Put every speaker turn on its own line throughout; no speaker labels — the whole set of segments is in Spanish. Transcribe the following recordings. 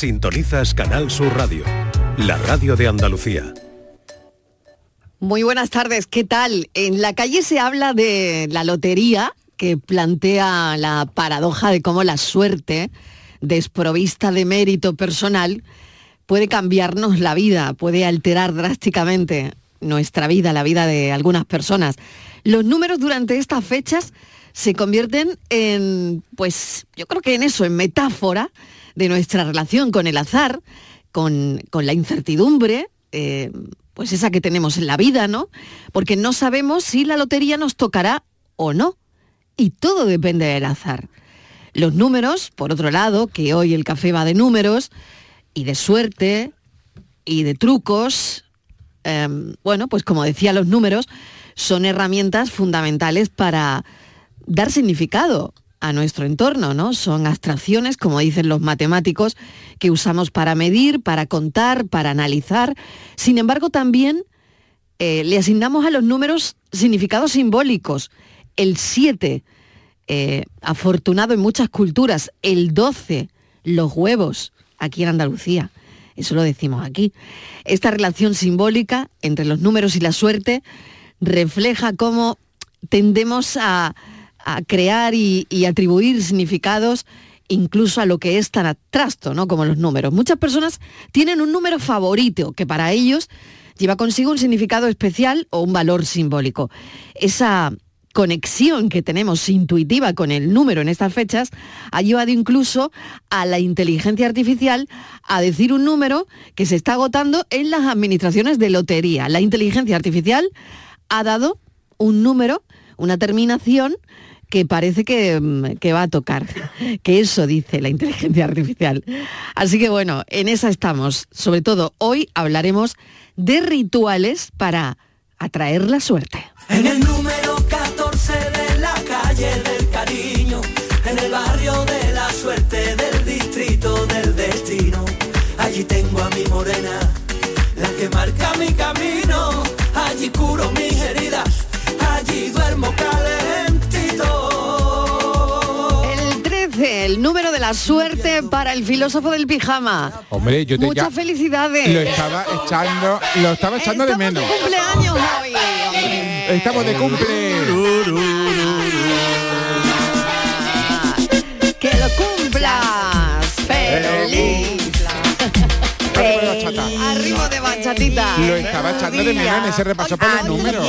Sintonizas Canal Sur Radio, la radio de Andalucía.
Muy buenas tardes, ¿qué tal? En la calle se habla de la lotería que plantea la paradoja de cómo la suerte, desprovista de mérito personal, puede cambiarnos la vida, puede alterar drásticamente nuestra vida, la vida de algunas personas. Los números durante estas fechas se convierten en, pues yo creo que en eso, en metáfora de nuestra relación con el azar, con, con la incertidumbre, eh, pues esa que tenemos en la vida, ¿no? Porque no sabemos si la lotería nos tocará o no. Y todo depende del azar. Los números, por otro lado, que hoy el café va de números y de suerte y de trucos, eh, bueno, pues como decía, los números son herramientas fundamentales para dar significado a nuestro entorno, ¿no? Son abstracciones, como dicen los matemáticos, que usamos para medir, para contar, para analizar. Sin embargo, también eh, le asignamos a los números significados simbólicos. El 7, eh, afortunado en muchas culturas. El 12, los huevos, aquí en Andalucía. Eso lo decimos aquí. Esta relación simbólica entre los números y la suerte refleja cómo tendemos a, a crear y, y, atribuir significados incluso a lo que es tan atrasto, ¿no? Como los números. Muchas personas tienen un número favorito que para ellos lleva consigo un significado especial o un valor simbólico. Esa conexión que tenemos intuitiva con el número en estas fechas ha llevado incluso a la inteligencia artificial a decir un número que se está agotando en las administraciones de lotería. La inteligencia artificial ha dado un número, una terminación que parece que, mm, que, va a tocar, que eso dice la inteligencia artificial. Así que bueno, en esa estamos. Sobre todo hoy hablaremos de rituales para atraer la suerte.
En el número 14 de la calle del cariño, en el barrio de la suerte del distrito del destino, allí tengo a mi morena, la que marca mi camino, allí curo mis heridas, allí duermo calentito.
El 13, el número de la suerte para el filósofo del pijama.
Hombre, yo te
Muchas
ya-
felicidades.
Lo estaba echando, lo estaba echando de menos.
Cumpleaños, Javi.
Estamos de cumple.
Que lo cumplas. Feliz. Arriba de bachatita.
Lo estaba echando de menos en ese repaso por los números.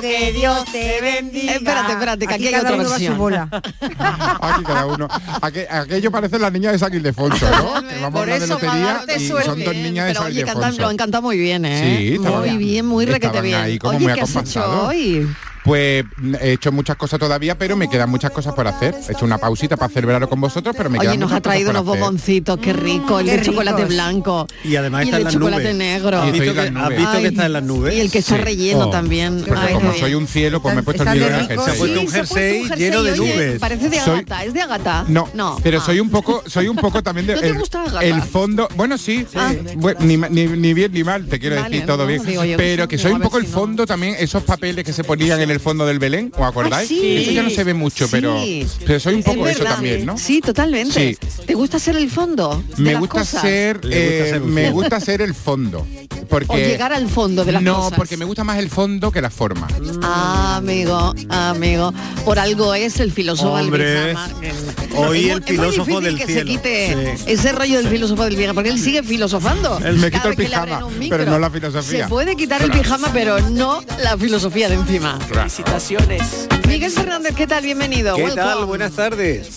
que Dios te bendiga. Espérate, espérate, que aquí, hay otra versión.
Aquí cada uno. Aqu- aquello parece las niñas de San Ildefonso, ¿no? Que vamos a
Por
hablar de
eso, para
lotería
darte
y
suerte.
son dos niñas de
Pero
San
oye, cantan,
Ildefonso.
lo han cantado muy bien, ¿eh?
Sí, estaban-
muy bien, muy requete
estaban
bien.
ahí como
oye,
muy
¿qué has hecho
acompasados.
hoy?
Pues mm, he hecho muchas cosas todavía, pero me quedan muchas cosas por hacer. He hecho una pausita para celebrarlo con vosotros, pero me
Oye,
quedan
nos
muchas
ha traído
cosas
unos
por hacer.
bomboncitos, qué rico, el
Mm, qué
de chocolate
ricos.
blanco.
Y además
y
está en
el de
las
chocolate
nubes.
negro.
¿Has visto,
Estoy en
que,
las
has visto que
Ay,
está en las nubes?
Y el que está
Sí.
relleno
Oh,
también.
Porque
Ay,
como
qué
soy
bien.
un cielo, pues me he puesto el
Están
libro
de
de
ricos, Se
Sí,
ha puesto
jersey.
un
se ha puesto
jersey lleno de
oye,
nubes.
Parece de
Soy-
agata, es de agata.
No,
no.
pero
Ah.
soy un poco, soy un poco también de
¿No te
el,
gusta Agatha?
el fondo. Bueno, sí, ah, bu- ni, ma- ni- ni bien ni mal, te quiero
Vale,
decir todo
no,
bien.
digo yo que
pero
sí,
que
digo,
soy
a
un
ver
poco
si
el
no.
fondo también, esos papeles que se ponían en el fondo del Belén, ¿os acordáis?
Ay, sí.
Eso ya no se ve mucho, pero,
Sí.
pero soy un
Es
poco eso
verdad.
también, ¿no?
Sí, totalmente. ¿Te gusta ser el fondo? de
Me
las
gusta
cosas?
ser,
Le gusta
eh,
ser un
me
fondo.
gusta ser el fondo. Porque
O llegar al fondo de las
no,
cosas.
porque me gusta más el fondo que la forma.
Ah, amigo, amigo. Por algo es el filósofo
Hombre,
del Bizama.
hoy
Es
el
muy-
filósofo
es muy
del
difícil que
cielo.
se quite
Sí.
ese rollo del filósofo del pijama, porque él sigue filosofando.
Él me
Cada
quito el
vez que le abren
pijama,
un micro.
pero no la filosofía.
Se puede quitar el
Claro.
pijama, pero no la filosofía de encima.
Felicitaciones.
Miguel Fernández, ¿qué tal? Bienvenido.
¿Qué
Welcome.
tal? Buenas tardes.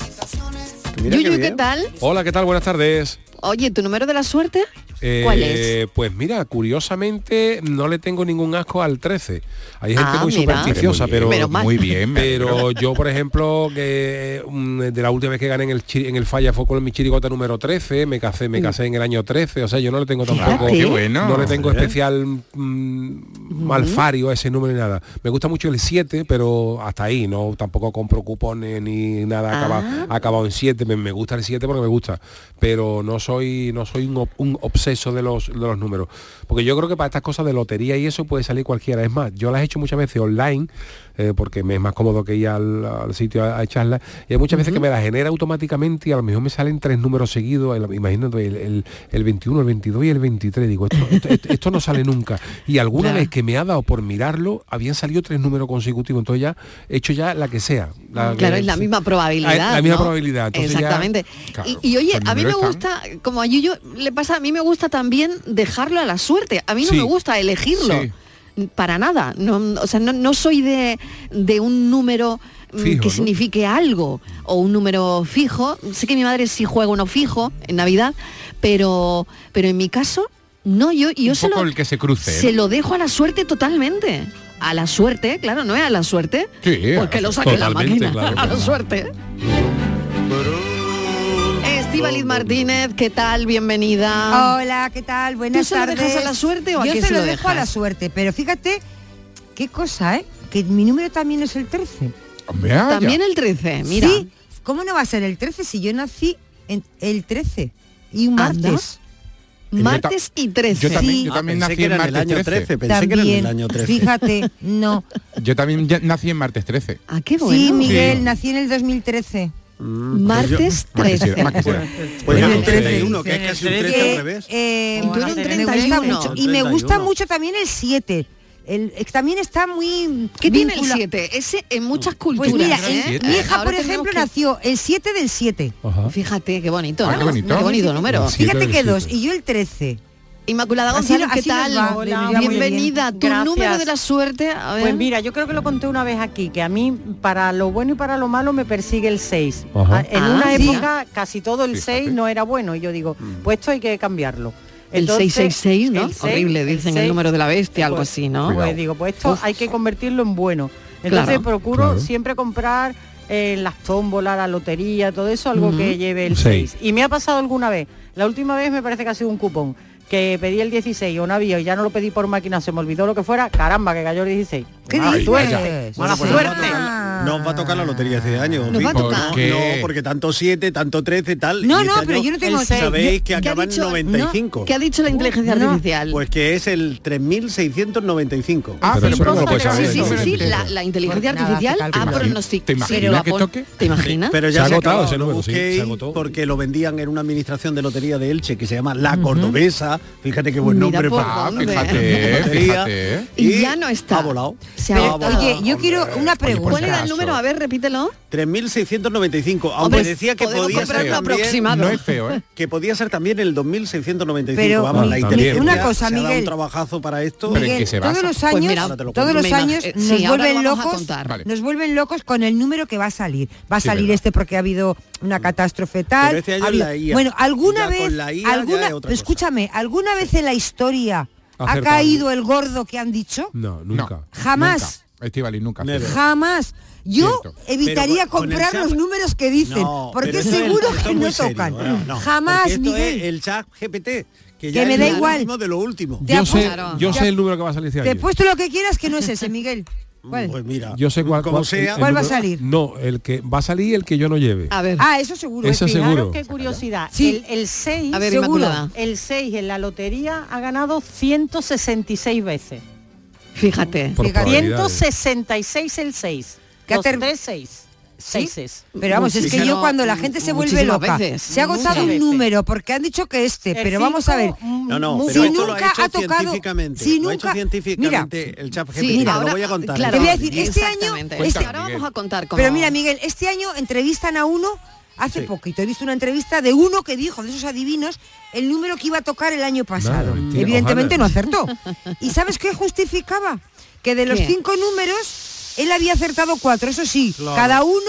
Mira
Yuyu, ¿qué
bien.
tal?
Hola, ¿qué tal? Buenas tardes.
Oye, ¿tu número de la suerte?
Eh,
¿Cuál es?
Pues mira, curiosamente no le tengo ningún asco al 13. Hay gente
Ah,
muy
mira.
supersticiosa, pero,
Menos mal.
muy bien, me alegro.
pero yo, por ejemplo, que mm, de la última vez que gané en el, chi- en el falla fue con mi chirigota número 13, me casé, me casé en el año 13, o sea, yo no le tengo tampoco...
Fíjate. Qué
bueno.
No le tengo
¿Eh?
especial mm, malfario a ese número ni nada. Me gusta mucho el 7, pero hasta ahí, no tampoco compro cupones ni nada
Ah.
acaba- acabado en 7. Me, me gusta el 7 porque me gusta, pero no soy no soy un, ob- un obseso de los, de los números. Porque yo creo que para estas cosas de lotería y eso puede salir cualquiera. Es más, yo las he hecho muchas veces online eh, porque me es más cómodo que ir al, al sitio a, a echarla. Y hay muchas veces que me la genera automáticamente y a lo mejor me salen tres números seguidos, el- imagínate el, el- el 21, el 22 y el 23. Digo, esto, esto- esto- esto no sale nunca. Y alguna
Claro.
vez que me ha dado por mirarlo, habían salido tres números consecutivos. Entonces ya he hecho ya la que sea. la
Claro,
que- Ah,
es la misma probabilidad.
La misma
¿no?
probabilidad. Entonces ya-
Exactamente.
Claro,
y, y, oye,
pues
a mí me
número están.
gusta, como a Yuyo le pasa, a mí me gusta también dejarlo a la suerte. A mí no
Sí.
me gusta elegirlo. Para nada. No, o sea, no, no soy de, de un número mm,
Fijo,
que
¿no?
signifique algo o un número fijo. Sé que mi madre sí juega uno fijo en Navidad, pero, pero en mi caso, no, yo, yo
Un
se lo-
poco el que se cruce.
se
¿no?
lo dejo a la suerte totalmente. A la suerte, claro, no es a la suerte.
Sí,
porque
a-
lo saque la
totalmente,
máquina.
claro,
a la
claro.
suerte. Estivaliz Martínez, ¿qué tal? Bienvenida.
Hola, ¿qué tal? Buenas
¿Tú se lo
tardes.
dejas a la suerte o a
Yo
qué
se,
se
lo
lo
dejo a la
dejas?
suerte, pero fíjate qué cosa, ¿eh? Que mi número también es el 13.
Vaya.
También el 13, mira.
Sí, ¿cómo no va a ser el 13 si yo nací en el 13 y un
Anda.
martes?
Eh, Yo ta-
Martes y 13.
Yo también, yo
Ah,
también
pensé
nací
que
en
era del
martes
año
13.
13, pensé que era del año 13.
Fíjate, no.
Yo también ya- nací en martes 13.
Ah, qué
Sí,
bueno. Mm, pues
Miguel,
Sí.
nací en el 2013.
Martes
Más quisiera,
13.
más quisiera.
Pues
Bueno,
era un
sí.
31, que es casi un 13 al revés.
eh,
Y tú eres un
me gusta
31.
mucho. Y me gusta
31.
mucho también el 7. El, es- también está muy...
¿Qué tiene el
vincula-
7? Ese en muchas
Pues
culturas.
mira,
¿eh?
en- mi hija,
Ahora
por
tenemos
ejemplo,
que-
nació el 7 del 7.
Ajá.
Fíjate, qué bonito.
Ah,
¿no?
qué bonito.
Qué bonito número.
Sí.
Fíjate
del
que dos
7.
y yo el 13.
Inmaculada
Así
González,
no-
¿qué
así nos
tal?
va.
Hola, muy
Bienvenida.
bien.
Tu
Gracias.
número de la suerte. A ver.
Pues mira, yo creo que lo conté una vez aquí, que a mí para lo bueno y para lo malo me persigue el 6.
Ajá.
En
Ah,
una
sí.
época casi todo el
Fíjate.
6 no era bueno y yo digo, pues esto hay que cambiarlo.
el
Entonces,
666, ¿no?
el seis,
Horrible, dicen el,
seis,
número de la bestia, algo
pues,
así, ¿no?
Pues
Cuidado.
digo, pues esto
Uf.
hay que convertirlo en bueno. Entonces
Claro.
procuro
Claro.
siempre comprar eh, las tómbolas, la lotería, todo eso, algo
Ujú.
que lleve el
Seis.
6. Y me ha pasado alguna vez, la última vez me parece que ha sido un cupón, que pedí el 16 o un avión y ya no lo pedí por máquina, se me olvidó lo que fuera, caramba, que cayó el 16.
¿Qué
Mala
dices?
Suerte, mala
Bueno, pues
suerte.
no, no, no.
No os va a tocar la lotería este año.
Nos va a
Vicky.
¿Por
tocar.
No,
qué?
porque tanto 7, tanto 13, tal.
No,
y este
no, pero yo no tengo
el
seis.
Sabéis que
¿Qué ha
acaba en
dicho?
95.
¿Qué ha dicho la inteligencia
no.
artificial?
Pues que es el 3695.
Ah,
Pero
pero,
eso
¿cómo
no
lo
lo
puedes
puedes
saber?
sí, sí, sí, sí, la, la inteligencia
Pues nada,
artificial
se
ha
calcula.
pronosticado.
¿Te imaginas que toque?
¿Te imaginas?
Pero ya
Se ha
se,
agotado
acabó,
ese
lo
número, sí,
busqué
se agotó.
Porque lo vendían en una administración de lotería de Elche que se llama La Cordobesa. Fíjate qué buen
Mira
nombre
por
para
dónde.
Ah, Fíjate,
lotería.
fíjate.
Y ya no está.
Ha volado.
Se ha
Ha
agotado.
volado.
Oye, pues yo quiero una
¿Cuál
pregunta.
era el número? A ver, repítelo.
3695, aunque
Hombre,
decía que
podemos
podía
comprar
ser
uno
también,
aproximado.
No es feo, ¿eh?
que podía ser también el 2695,
Pero,
vamos, la
mi-
inteligencia
una
cosa,
se ha dado
Miguel.
un trabajazo para esto. Pues
Pero ¿en qué
Miguel,
se basa?
todos los años,
mira,
Ahora te lo
todos
cuento.
los
Me
años
imag- eh, sí,
nos
ahora lo
vuelven
vamos a
locos,
contar.
Vale.
nos vuelven locos con el número que va a salir. Va a
Sí,
salir
verdad.
este porque ha habido una catástrofe tal.
Mm. Pero este año
ha habido-
la IA.
Bueno, alguna
Ya
vez,
con la IA ya
alguna,
es otra
pero
cosa.
escúchame, alguna vez en la historia ha
Acertado.
caído el gordo que han dicho.
No, nunca.
Jamás.
Nunca. Estivali, nunca.
Never.
Jamás. Yo
Cierto.
evitaría
Pero con- con
comprar
el
los
chat-
números que dicen,
No, pero
porque
esto es-
seguro
esto
que
es muy
no
serio,
tocan.
no, no, porque
Jamás,
esto
Miguel.
es el chat GPT, que,
Que
ya
me
es
da
lo
igual.
último de lo último.
Te
Yo sé,
apuesto-
yo
te
sé el número que va a salir este
Te he
año.
puesto lo que quieras que no es ese, Miguel. ¿Cuál?
Pues mira,
Yo sé cuál,
como
cuál- el-
sea,
el
¿Cuál va a
número-
salir?
No, el que va a salir el que yo no lleve.
A ver.
Ah, eso seguro.
Ese
eh.
seguro.
Fijaros qué curiosidad.
Sí.
El, el 6,
A ver,
seguro.
Inmaculada.
el 6 en la lotería ha ganado 166 veces.
Fíjate.
Por
Fíjate.
probabilidades.
166 el 6.
¿Qué ha
Los
ter-
tres 6.
Sí.
6.
Pero vamos, es que yo
Muchísimo-
cuando la gente se vuelve
muchísimas
loca,
veces.
se ha agotado
Muchas
un
veces.
número porque han dicho que este, pero vamos a ver.
No, no,
Muy-
pero
Si
esto
nunca
lo ha hecho
ha tocado-
científicamente.
si
lo ha hecho
nunca-
científicamente el chat GPT,
Sí,
te
ahora-
lo voy a contar.
Claro,
Te voy a decir, este año-
exactamente.
este-
ahora vamos a contar cómo...
Pero mira, Miguel, este año entrevistan a uno hace
Sí.
poquito. He visto una entrevista de uno que dijo, de esos adivinos, el número que iba a tocar el año pasado.
mentira,
Evidentemente
ojalá.
no acertó. ¿Y sabes qué justificaba? Que de los
¿Qué?
cinco números, él había acertado cuatro, eso sí,
Claro.
cada uno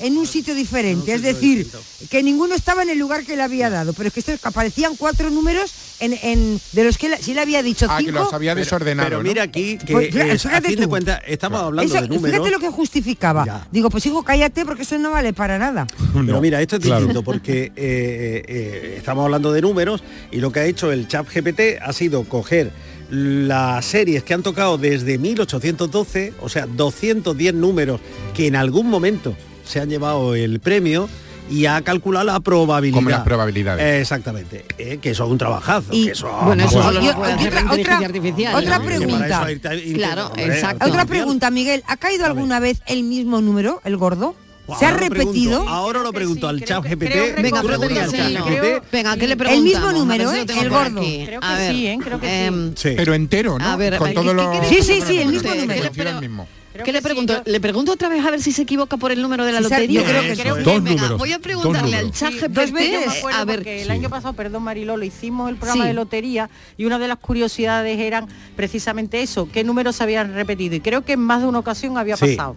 en un sitio diferente.
En
es
un sitio
decir,
distinto.
que ninguno estaba en el lugar que le había dado. Pero es que estos- aparecían cuatro números en, en- de los que él- si él había dicho
Ah, que
cinco.
los había desordenado.
Pero
¿no?
mira aquí, que
Pues, fíjate,
eh, a
fíjate
fin de
tú.
cuentas estamos hablando
Eso-
de números.
fíjate lo que justificaba.
Ya.
Digo, pues hijo, cállate porque eso no vale para nada.
Pero mira, esto es
claro.
distinto porque eh, eh, eh, estamos hablando de números y lo que ha hecho el chat GPT ha sido coger las series que han tocado desde 1812, o sea, 210 números que en algún momento se han llevado el premio y ha calculado la probabilidad.
Como las probabilidades.
Eh, exactamente. Eh, que eso es un trabajazo.
Y,
que eso,
bueno, eso
vamos,
solo lo
yo- otra-
puede hacer la
otra-
inteligencia artificial.
otra
¿no?
que para
pregunta.
eso hay ta- hay
Claro,
inteligencia, hombre,
exacto.
artificial.
Otra pregunta, Miguel. ¿Ha caído alguna vez el mismo número, el gordo?
Pues
¿Se ha
ahora lo pregunto,
repetido?
ahora lo
Creo que
pregunto
sí,
al
creo
chat
que-
GPT.
creo que
Venga,
¿Tú le preguntas al
pregúntaselo.
ChatGPT?
creo-
Venga, ¿qué le
El
preguntamos?
mismo
A ver
número,
si lo
¿eh?
tengo
El
por
gordo.
aquí.
Creo que
A ver,
sí, ¿eh? Creo que sí.
em,
Sí.
Pero entero, ¿no?
A ver,
Con
¿qué-
todos
qué
los...
quieres
Sí, sí, sí, el mismo
Coincido
número.
en el mismo.
Creo
¿Qué
que
le
sí,
pregunto?
yo-
¿Le pregunto otra vez a ver si se equivoca por el número de la
Sí, sabe,
lotería? Eh,
yo creo que sí.
Creo que
Dos
sí.
Venga,
números.
voy a
dos
preguntarle al
números.
chat
Sí,
GPT,
dos veces.
yo me
eh,
acuerdo
a ver,
porque el
Sí.
año pasado, perdón Mariló, lo hicimos el programa
Sí.
de lotería y una de las curiosidades eran precisamente eso, qué números se habían repetido y creo que en más de una ocasión había
Sí.
pasado.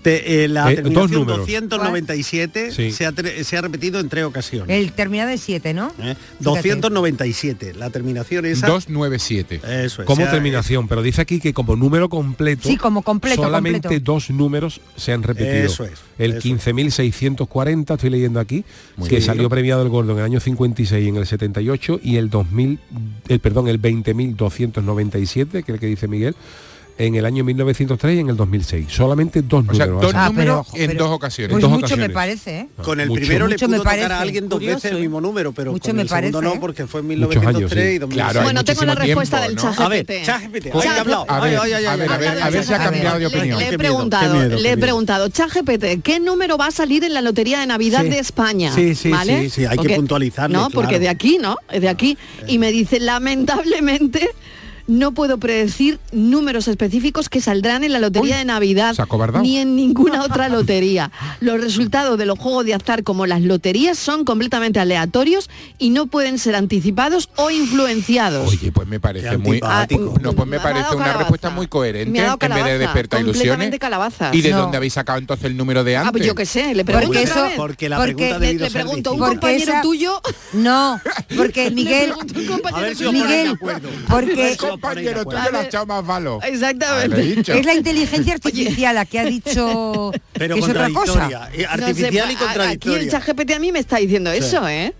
Te- eh, la
Eh, dos
terminación
números.
297
Sí.
se, ha tre- se ha repetido en tres
Eh,
ocasiones.
El terminado de 7, ¿no?
¿eh? 297, la terminación esa.
297.
Eso es,
Como
o sea,
terminación, pero dice aquí que como número completo,
Sí, como completo,
solamente
completo.
dos números se han repetido.
Eso es,
El
eso es.
15.640, estoy leyendo aquí,
Muy
que
bien.
salió premiado el gordo en el año 56 y en el 78 y el 2000, el, perdón, el 20.297, que es el que dice Miguel, en el año 1903 y en el 2006. Solamente dos
O sea,
números.
dos
así.
Ah,
números
pero-
en
pero-
dos ocasiones.
Pues
dos
mucho me
ocasiones.
parece, ¿eh?
Con el
Mucho.
primero
Mucho
le
me
pudo tocar a
parece.
alguien dos
Curioso,
veces el
¿eh?
mismo número, pero
Mucho
con
me
el segundo
parece, ¿eh?
no, porque fue en
Muchos años,
1903 y
sí.
2006.
Claro, hay
Bueno, tengo la
muchísimo
respuesta del
tiempo, ¿no?
chat
A ver,
GPT.
chat GPT,
Chat
ay, que ha hablado.
A
Ay,
ver,
ay, ay,
a
ay,
ver, a
ay,
ver,
ay,
a ver
ay,
si ha
ay,
cambiado
ay,
de
ay,
opinión.
Le,
qué
he
miedo,
preguntado,
qué miedo,
le he
qué miedo.
preguntado, ChatGPT, ¿qué número va a salir en la lotería de Navidad
Sí.
de España?
Sí, sí,
¿Vale?
sí, sí, hay que
Porque-
puntualizarle,
No, porque
claro. Eh.
de aquí, ¿no? Es de aquí. Y me dice, lamentablemente, no puedo predecir números específicos que saldrán en la lotería de Navidad
se ha acobardado.
ni en ninguna otra lotería. Los resultados de los juegos de azar como las loterías son completamente aleatorios y no pueden ser anticipados o influenciados.
Oye, pues me parece
Qué
muy
antipático.
No, pues me,
ha
parece
dado
una
calabaza.
respuesta muy coherente
Me ha dado
en vez de
calabaza,
despertar ilusiones.
completamente calabazas.
¿Y de
No.
dónde habéis sacado entonces el número de
Ah,
antes?
pues yo qué sé, le
Porque
pregunto otra
eso-
vez.
Porque la
porque
pregunta ha
le-
debido
le
ser
pregunto un
difícil.
Porque
compañero
esa-
tuyo.
No, porque Miguel...
Le pregunto a un compañero
A ver si
tuyo.
os ponéis de
Miguel,
acuerdo.
porque-
A ver
El
si os ponéis de
compañero tuyo
acuerdo.
le ha echado más balo. Ah,
Exactamente.
le he dicho.
Es la inteligencia artificial la que ha dicho
Pero
que es otra cosa.
contradictoria. eh,
Ah. No sé,
Artificial y
pa- a- Aquí el
contradictoria. Mm.
ChatGPT a mí me está diciendo eso, ¿eh?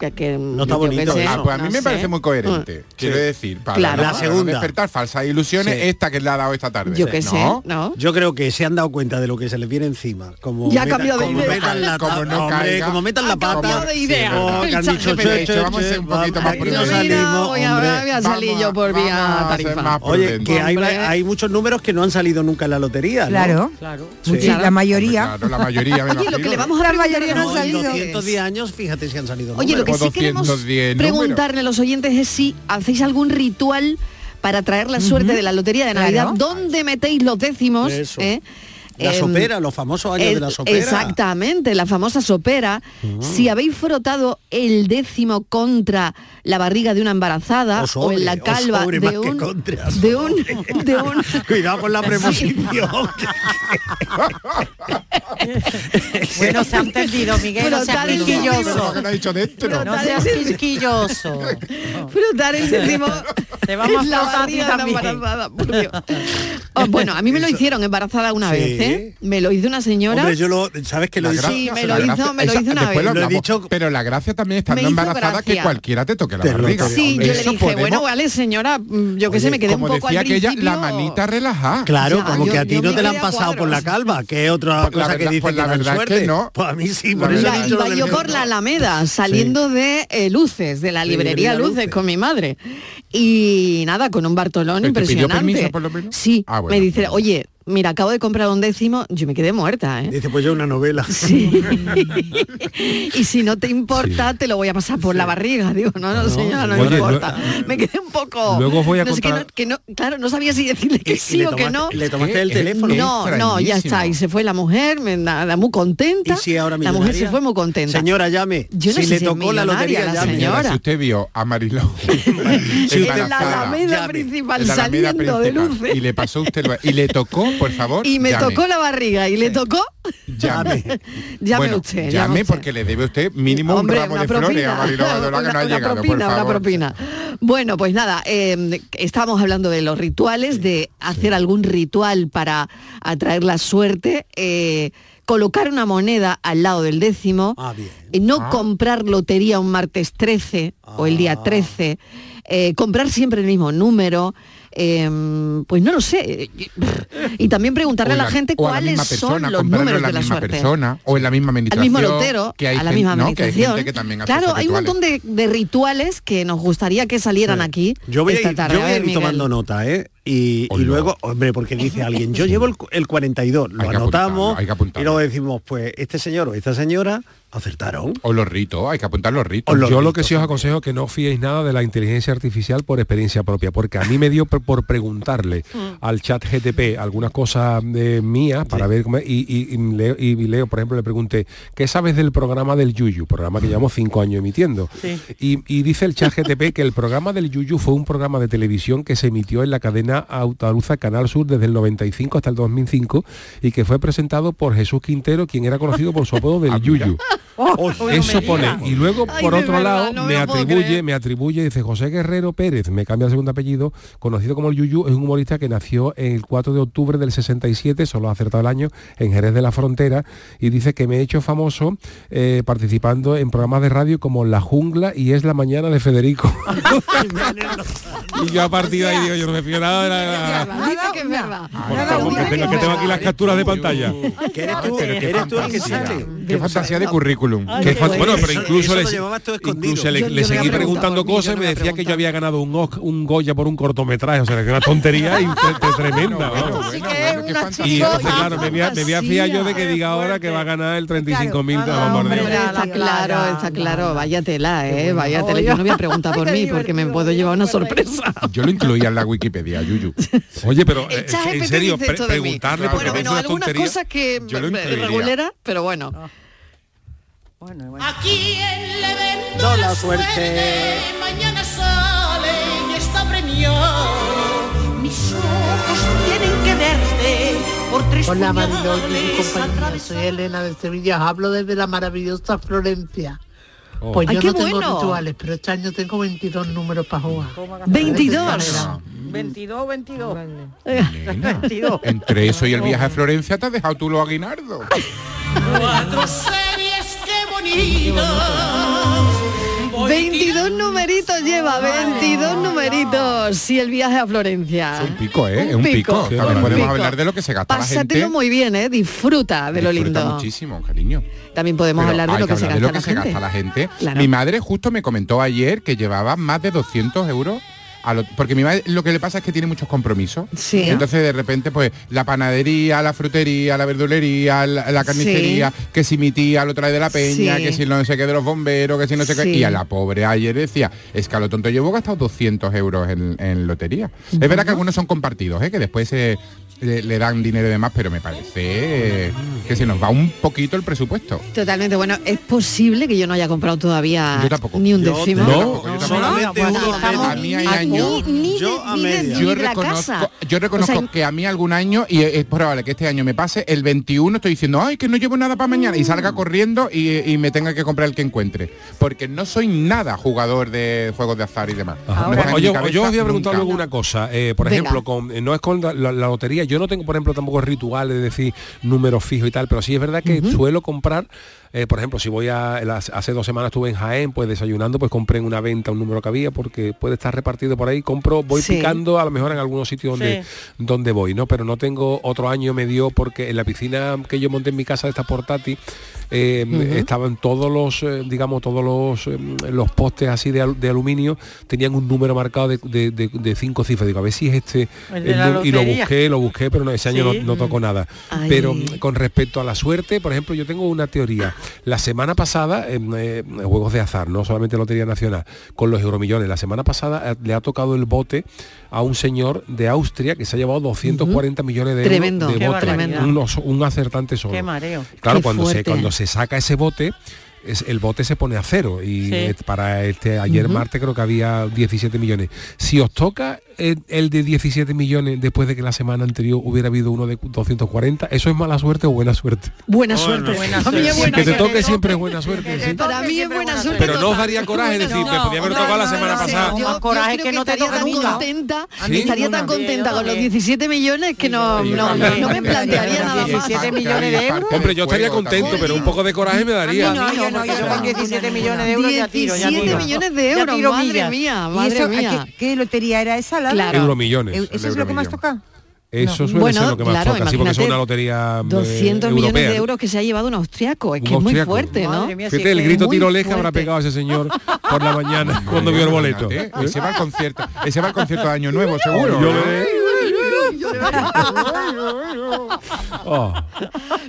Que, que-
No está
yo qué
bonito
sé,
eso.
Ah, pues a mí
no
me
sé. Ah,
parece muy coherente. Quiero
Sí.
decir, para
Claro.
no-
La
para no
segunda.
despertar falsas e ilusiones,
Sí.
esta que le ha dado esta tarde.
Yo qué
¿No?
sé, ¿no?
Yo creo que se han dado cuenta de lo que se les viene encima. Como
Ya ha
metan-
cambiado de
como
idea.
metan la
Como
pata-
no
hombre,
caiga.
como metan la
Ha cambiado
pata.
de idea.
Sí, oh, que han
El
dicho,
ChatGPT.
che, che,
Vamos a ser un
che,
poquito más
vamos,
prudentes.
no
Mira,
salimos,
voy a, voy
hombre.
a salir
Vamos
yo por
a- vamos
vía
a ser
tarifa.
más
Oye, que hay,
Hombre.
hay muchos números que no han salido nunca en la lotería. ¿no?
Claro,
Claro.
mucha-
Claro.
la mayoría.
Hombre, claro, la mayoría me
Oye, lo
imagino.
que le vamos a
La
preguntar
mayoría
ahora
no
No,
han
en
salido.
210 años, fíjate si han salido
Oye, lo que
números.
sí queremos
210 números.
preguntarle a los oyentes es si hacéis algún ritual para traer la suerte de la lotería de
Claro.
Navidad. ¿Dónde metéis los décimos?
Eso.
eh?
La
Em,
sopera, los famosos años de la
el-
sopera.
Exactamente, la famosa sopera. Si habéis frotado el décimo contra la barriga de una embarazada Ah, o,
O sobre,
en la
o
calva
sobre
de,
más que
un,
contra,
de un de un
Cuidado con la preposición.
Bueno, se ha entendido, Miguel, no seas
Frotar el
Pero lo
quisquilloso.
que no ha dicho dentro.
No seas quisquilloso.
frotar el décimo
Te vamos a
en la
frotar a ti
barriga de una
también.
embarazada, por Dios. Oh, bueno, a mí me lo hicieron embarazada una
Sí.
vez, ¿eh? Me lo hizo una señora.
Hombre, yo lo, sabes que lo
La
hice.
Sí,
gracia,
me
la
lo hizo-
gracia-
me lo
esa-
hizo una
después
vez.
Lo he
hablamos,
dicho-
pero la gracia también estando
Me hizo
embarazada que
gracia.
cualquiera te toque la
Te lo
barriga.
toque.
Sí, yo le
Eso
dije,
podemos-
bueno, vale, señora, mm, yo qué sé, me quedé un
como
poco
decía
al
aquella,
principio.
la manita relajada.
Claro,
Ya,
como
yo-
que a ti
yo
no
me
te la han
quedé a
pasado por la
cuadros.
calva, que es
Pues
otra
la
cosa que
verdad-
dice
pues
que
la
dan
verdad es
suerte.
que no.
Pues a mí sí,
La
por eso
verdad-
he
Iba,
dicho lo
iba
del
yo por
mejor.
la Alameda, saliendo de eh, Luces, de la librería
librería
Luces,
Luces.
con mi madre. Y nada, con un Bartolón
¿Pero te pidió
impresionante.
permiso, por lo menos?
Sí,
Ah, bueno.
me dice, oye, mira, acabo de comprar un décimo, yo me quedé muerta, ¿eh?
Dice, pues yo una novela.
Sí. y si no te importa, te lo voy a pasar por la barriga. Digo, no, no, señora, no
Oye,
me
lue-
importa.
eh,
me quedé un poco...
Luego os voy a
no sé, que
contar-
no- que no- claro, no sabía si decirle que
Y- y
sí
le
o que
tomaste-
no.
Le tomaste el
Eh, eh,
teléfono.
No, no, ya está. Y se fue la mujer, me nada, muy contenta.
Y si ahora
la mujer se
millonaria.
fue muy contenta.
Señora, llame.
Yo no
si
sé
le
si es
tocó la
millonaria
lotería,
la
llame.
señora.
Si usted vio a Mariló
Sí,
en la
embarazada.
Alameda
Llame.
principal
en la Alameda
saliendo de
principal,
luces.
y le pasó usted lo- y le tocó, por favor.
Y me
llame,
tocó la barriga y le tocó.
llame.
Llame
Bueno,
usted.
Llame
usted.
porque le debe usted mínimo
Hombre,
un ramo
una
de flores a Mariló Badolá, que no ha
una
llegado, por
propina, una
favor.
propina. Bueno, pues nada, eh, estábamos hablando de los rituales, de hacer algún ritual para atraer la suerte, eh, colocar una moneda al lado del décimo,
Ah, bien.
Ah.
eh, no comprar lotería un martes 13 o el día 13, eh, comprar siempre el mismo número. eh, pues no lo sé. Y también preguntarle
O en
a la gente
o a la
cuáles
misma persona,
son los
comprarlo
números
a la
de la
misma
suerte.
persona o en la misma
Al
administración.
mismo lotero,
que hay
a la
gen-
misma
no, que hay
administración.
gente que también hace
claro,
esos
hay un
rituales.
montón de, de rituales que nos gustaría que salieran aquí.
Yo voy a
esta
ir,
tarde.
yo voy
A
a
ver,
ir
Miguel.
tomando nota, ¿eh? Y, y luego, hombre, porque dice alguien, yo llevo el, cu- el 42, lo
Hay que
anotamos
apuntarlo, hay que
y
apuntarlo.
luego decimos, pues este señor o esta señora acertaron.
O los ritos, hay que apuntar los ritos.
O los
Yo lo
ritos
que sí os aconsejo es que no os fiéis nada de la inteligencia artificial por experiencia propia, porque a mí me dio por, por preguntarle al chat GTP algunas cosas de mías para ver cómo es, y, y- y leo, y leo, por ejemplo, le pregunté, ¿qué sabes del programa del Yuyu? Programa que llevamos cinco años emitiendo. Y, y dice el chat GTP que el programa del Yuyu fue un programa de televisión que se emitió en la cadena Autaluza Canal Sur desde el 95 hasta el 2005 y que fue presentado por Jesús Quintero, quien era conocido por su apodo del Yuyu.
Oh,
Oh, Eso pone. Y luego,
Ay,
por
de
otro
verdad,
lado,
no me
me
lo puedo
atribuye,
creer.
me atribuye, dice José Guerrero Pérez, me cambia el segundo apellido, conocido como el Yuyu, es un humorista que nació el 4 de octubre del 67, solo ha acertado el año, en Jerez de la Frontera, y dice que me he hecho famoso eh, participando en programas de radio como La Jungla y Es la Mañana de Federico. y yo a partir de ahí digo, yo no me fío nada de la- la- la-
Dice que es verdad.
por
nada,
favor,
nada,
que tengo-
nada.
que tengo aquí las capturas de pantalla.
Que eres
Ay,
tú,
pero qué
eres tú el que
fantasía.
sale.
Qué fantasía de currículum.
Ay,
Que
qué
fa-
bueno.
bueno, pero
Ah, Eso-
incluso
eso lo
les-
llevabas tú escondido.
incluso le,
Yo-
le
yo no
seguí
me he
preguntando
preguntado, yo
cosas
no
y
me
me
he
decía que yo
preguntado.
había ganado un, Oc- un Goya por un cortometraje, o sea, que era una tontería y tre- tre- tremenda.
Bueno,
vamos.
bueno,
sí que
bueno,
es
qué
una pues.
fantasía.
Y
chico-
entonces, claro, me voy a, me voy a fiar yo de que
Fantasía.
diga ahora que va a ganar el 35.000 de
Claro,
bombardeo.
Hombre,
Hombre,
está
la
claro,
clara.
está claro, vaya tela, eh, vaya tela.
Oye.
Yo no voy a preguntar por
Qué
mí porque me
divertido,
puedo
yo
llevar una
me acuerdo de
sorpresa.
Yo lo incluía en la Wikipedia, Yuyu.
Oye, pero eh,
El chat
en
GPT
serio,
dice
pre-
esto de mí.
preguntarle porque
Bueno,
me
menos
una
algunas
tontería.
cosas que
Yo lo Ah. incluiría.
regulera, pero bueno.
Bueno, bueno.
Aquí en el evento
No,
de
la suerte.
mañana sale y está premiado. Mis ojos tienen que verte por tres
Hola Mariló y
puñales
compañía, soy
atravesados.
Elena de Sevilla, hablo desde la maravillosa Florencia.
Oh.
Pues
Ay,
yo
qué
no tengo
bueno.
rituales, pero este año tengo 22 números para jugar.
22.
22, 22.
Nena, Entre eso y el viaje a Florencia te has dejado tú los aguinaldos.
Cuatro series, qué bonitas. Voy
22 numeritos lleva, 22 numeritos. Sí, el viaje a Florencia.
Es un pico, ¿eh? Es un pico.
Qué
También
barbaridad.
podemos
Un pico.
hablar de lo que se gasta la gente.
Pásatelo muy bien, ¿eh? Disfruta de lo
Disfruta
lindo.
muchísimo, cariño.
También podemos
Pero
hablar de
hay
lo que, se,
hablar de
gasta
lo
la
que se
gente.
gasta la gente.
Claro.
Mi madre justo me comentó ayer que llevaba más de 200 euros. a lo- porque mi madre lo que le pasa es que tiene muchos compromisos.
Sí.
Entonces de repente pues la panadería, la frutería, la verdulería, la, la carnicería, que si mi tía lo trae de la peña,
Sí.
que si no sé qué de los bomberos, que si no sé qué.
Sí.
Y a la pobre ayer decía, es que a lo tonto llevo gastado 200 euros en, en lotería. Es verdad que algunos son compartidos, ¿eh? que después eh, le, le dan dinero y demás, pero me parece eh, que se nos va un poquito el presupuesto.
Totalmente, bueno, es posible que yo no haya comprado todavía
Yo tampoco.
ni un
Yo
décimo.
tampoco,
yo tampoco.
solamente
Aquí
uno a
estamos
media. A mí hay
aquí
años.
ni de-
Yo a
ni de-
media.
ni
yo
de la
reconozco,
casa.
yo reconozco
O sea,
que a mí algún año, y es probable que este año me pase, el 21 estoy diciendo, ay, que no llevo nada para mañana,
Mm.
y salga corriendo y, y me tenga que comprar el que encuentre. Porque no soy nada jugador de juegos de azar y demás.
Ajá.
No está en
Oye,
mi
yo,
cabeza
yo os voy a preguntar
nunca.
alguna cosa. Eh, por
Venga.
ejemplo, con, eh, no es con la, la- la lotería. Yo no tengo, por ejemplo, tampoco rituales de decir números fijos y tal, pero sí es verdad que suelo comprar. eh, por ejemplo, si voy a... las- hace dos semanas estuve en Jaén, pues desayunando, pues compré en una venta un número que había, porque puede estar repartido por ahí. Compro, voy
Sí.
picando a lo mejor en algunos sitios donde,
Sí.
donde voy, ¿no? Pero no tengo... Otro año me dio porque en la piscina que yo monté en mi casa, esta portátil, eh, estaban todos los, eh, digamos, todos los, eh, los postes así de, al- de aluminio, tenían un número marcado de, de- de- de cinco cifras. Digo, a ver si es este.
El de la
nu- y lo
lotería.
busqué, lo busqué, pero no, ese año
Sí.
no, no tocó nada.
Ay.
Pero mm, con respecto a la suerte, por ejemplo, yo tengo una teoría. La semana pasada, en eh, Juegos de Azar, no solamente Lotería Nacional, con los euromillones, la semana pasada eh, le ha tocado el bote a un señor de Austria que se ha llevado 240 millones de
Tremendo,
euros de
qué
bote.
barbaridad.
Un oso- un acertante solo.
Qué mareo.
Claro,
Qué
cuando se,
fuerte.
cuando se saca ese bote, es, el bote se pone a cero. Y
Sí.
eh, para este ayer martes creo que había 17 millones. Si os toca el, el de 17 millones después de que la semana anterior hubiera habido uno de 240, ¿eso es mala suerte o buena suerte.
Buena
Bueno,
suerte.
buena
A mí es
suerte.
buena
que te
suerte.
toque siempre es buena suerte. sí.
Para mí es
Siempre
buena
buena
suerte.
suerte.
Pero no os
total.
daría coraje
Bueno,
decir, me podía haber
no,
tocado la
no,
semana
no,
pasada.
no.
Yo-
Más
yo
coraje
creo
que no te
estaría
toque
tan
nunca.
contenta,
Sí,
estaría
no,
tan
no.
contenta con los
Sí,
17 millones que no,
Sí,
no,
también.
no me plantearía nada más.
17
Parte
millones de
parte
euros.
del
Hombre, yo estaría
juego
contento,
también.
pero un poco de coraje me
A mí
daría.
no, yo no, yo con 17 millones de euros ya tiro, ya
17
tiro.
millones de
Ya
euros,
tiro
madre
millas.
mía,
¿Y
madre
eso,
mía.
¿a ¿qué, qué lotería era esa? Laura?
Claro.
Euromillones,
Eu- ¿Eso
el
es lo que más
euromillón.
toca?
Eso suele
Bueno,
ser lo que más
claro,
toca, sí, porque es una
imagínate,
lotería eh,
200 millones de
europea.
euros que se ha llevado un austriaco, es
Un
que es muy
austriaco.
fuerte, ¿no?
Madre mía, si
Fíjate,
es
el
que-
grito
muy
tiroleja habrá
fuerte.
pegado ese señor por la mañana cuando vio el boleto.
Fíjate, Ese va al concierto, ese va al concierto de Año Nuevo,
Yo
seguro. ¿no?
le- Oh,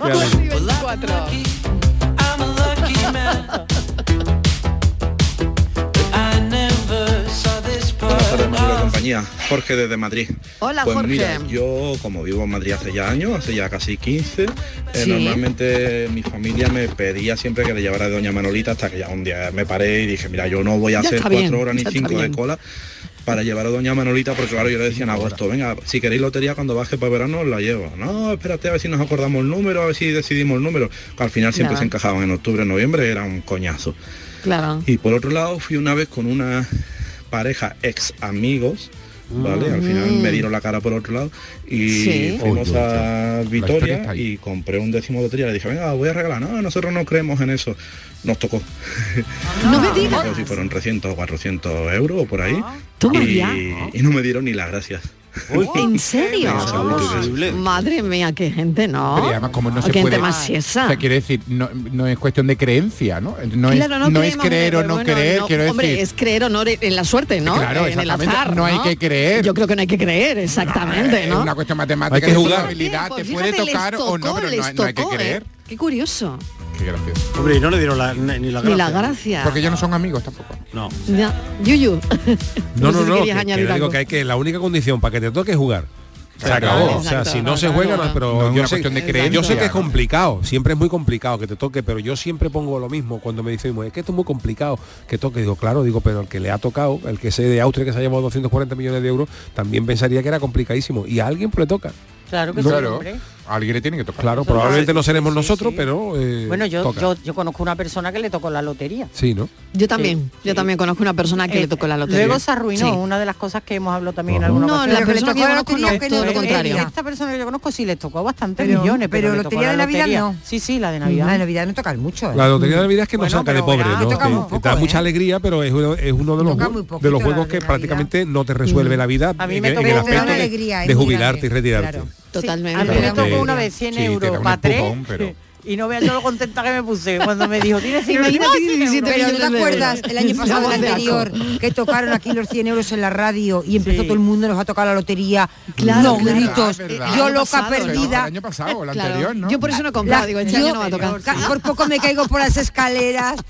qué alegría.
24.
I'm a lucky man. I never saw this
Buenas tardes,
part
Manolo y
of
compañía. Jorge desde Madrid.
Ah. Hola,
pues
Jorge.
mira, yo como vivo en Madrid hace ya años, hace ya casi 15, eh,
Sí.
normalmente mi familia me pedía siempre que le llevara a Doña Manolita hasta que ya un día me paré y dije, mira, yo no voy
Ya
a hacer
está
cuatro
bien,
horas ni
ya está
cinco de
bien.
cola para llevar a Doña Manolita, porque claro, yo le decía en agosto, venga, si queréis lotería cuando baje para verano, os la llevo. No, espérate a ver si nos acordamos el número, a ver si decidimos el número. Al final siempre
Nada.
se encajaban en octubre, en noviembre, era un coñazo.
Claro.
Y por otro lado fui una vez con una pareja ex amigos, ¿vale? Al final me dieron la cara por otro lado y
Mm. Sí.
fuimos
Oye,
a
historia está
Vitoria
ahí.
y compré un décimo de lotería. Le dije, venga, voy a regalar. No, nosotros no creemos en eso. Nos tocó.
No me
No
digas.
sé si fueron 300 o 400 euros o por ahí.
Toma
y,
ya.
y no me dieron ni las gracias.
¿En serio?
Venga, saludos.
Horrible.
Madre mía, qué gente, ¿no?
Pero y además, como no se
qué gente
puede-
más siesa.
O sea, quiere decir, no, no es cuestión de creencia, ¿no? No es,
Claro,
no es
creemos,
creer o
hombre,
no
bueno,
creer,
no,
quiero
Hombre,
decir.
es creer o no en la suerte, ¿no?
Claro,
en el
exactamente,
azar.
no hay que creer.
Yo creo que no hay que creer, exactamente,
es
¿no?
una cuestión matemática.
Hay que
de
jugar.
probabilidad,
Pues
te puede
fíjate, les
tocar o no,
tocó,
pero no,
les
hay- no hay que
tocó, ¿eh?
creer.
Qué curioso.
Qué gracioso.
Hombre, y no le dieron la- ni ni la
Ni
gracia.
la gracia.
Porque ellos no son amigos tampoco.
No.
Ya. Yuyu.
No, no,
sé
no,
si
que,
querías
que
añadir
digo
algo.
que hay que la única condición para que te toque es jugar. Se
Claro,
acabó, o sea,
exacto,
si no,
no,
se
claro,
juega, no,
no.
pero
No es
yo,
una
sé,
cuestión de
yo
creencia,
sé que es
¿no?
complicado, siempre es muy complicado que te toque, pero yo siempre pongo lo mismo cuando me dicen, es que esto es muy complicado que toque, digo, claro, digo, pero el que le ha tocado, el que sé de Austria que se ha llevado 240 millones de euros, también pensaría que era complicadísimo y a alguien pues le toca.
Claro que sí,
Claro.
hombre.
A alguien le tiene que tocar.
Claro,
Eso
probablemente
sí,
no seremos
sí,
nosotros,
sí.
pero eh,
Bueno, yo,
toca.
yo, yo conozco una persona que le tocó la lotería.
Sí, ¿no?
Yo también,
Sí,
yo
sí.
también conozco una persona que
Eh,
le tocó la lotería.
Luego se arruinó,
Sí.
una de las cosas que hemos hablado también en
Ajá.
alguna
No,
ocasión.
la
Pero que le
persona que
tocó
yo
la
conozco
lotería,
no,
que
todo
no-
lo
Eh,
contrario.
Esta persona que yo conozco sí les tocó bastantes
Pero-
millones, pero,
pero
le tocó
lotería de Navidad
lotería.
no.
Sí, sí, la de
Ah, La de
Navidad.
Navidad no tocan mucho. ¿eh?
La lotería de Navidad es que nos
Bueno,
saca de
pero
pobre,
verás,
¿no?
que toca
Que
muy
te da
poco,
mucha
¿eh?
alegría, pero es uno, es uno de los,
Toca
ju-
muy poquito
de los
la
juegos
de
que
Navidad.
prácticamente no te resuelve la vida
A mí
en-
me
en
tocó-
el
Pero ¿eh?
te da
aspecto
una
de-
alegría,
de,
es muy
jubilarte y
grande,
retirarte.
claro.
Totalmente.
A mí me
Claro,
tocó
te-
una vez 100
sí, te da
euros
un
para tres.
empujón, pero-
Y no veas yo lo contenta que me puse cuando me dijo, tienes 100 euros.
Imagínate 17
Pero ¿tú
millones
te
de
acuerdas
euros.
el año pasado,
Vamos
el
de asco.
anterior, que tocaron aquí los 100 euros en la radio y empezó
Sí.
todo el mundo, nos ha tocado la lotería,
Claro,
los
claro.
gritos,
Es verdad.
yo
El año
loca
pasado,
perdida.
El año pasado, el
Claro.
anterior, ¿no?
Yo por eso no he comprado,
La-
digo, este
yo-
año no va a tocar.
ca- Por poco me caigo por las escaleras,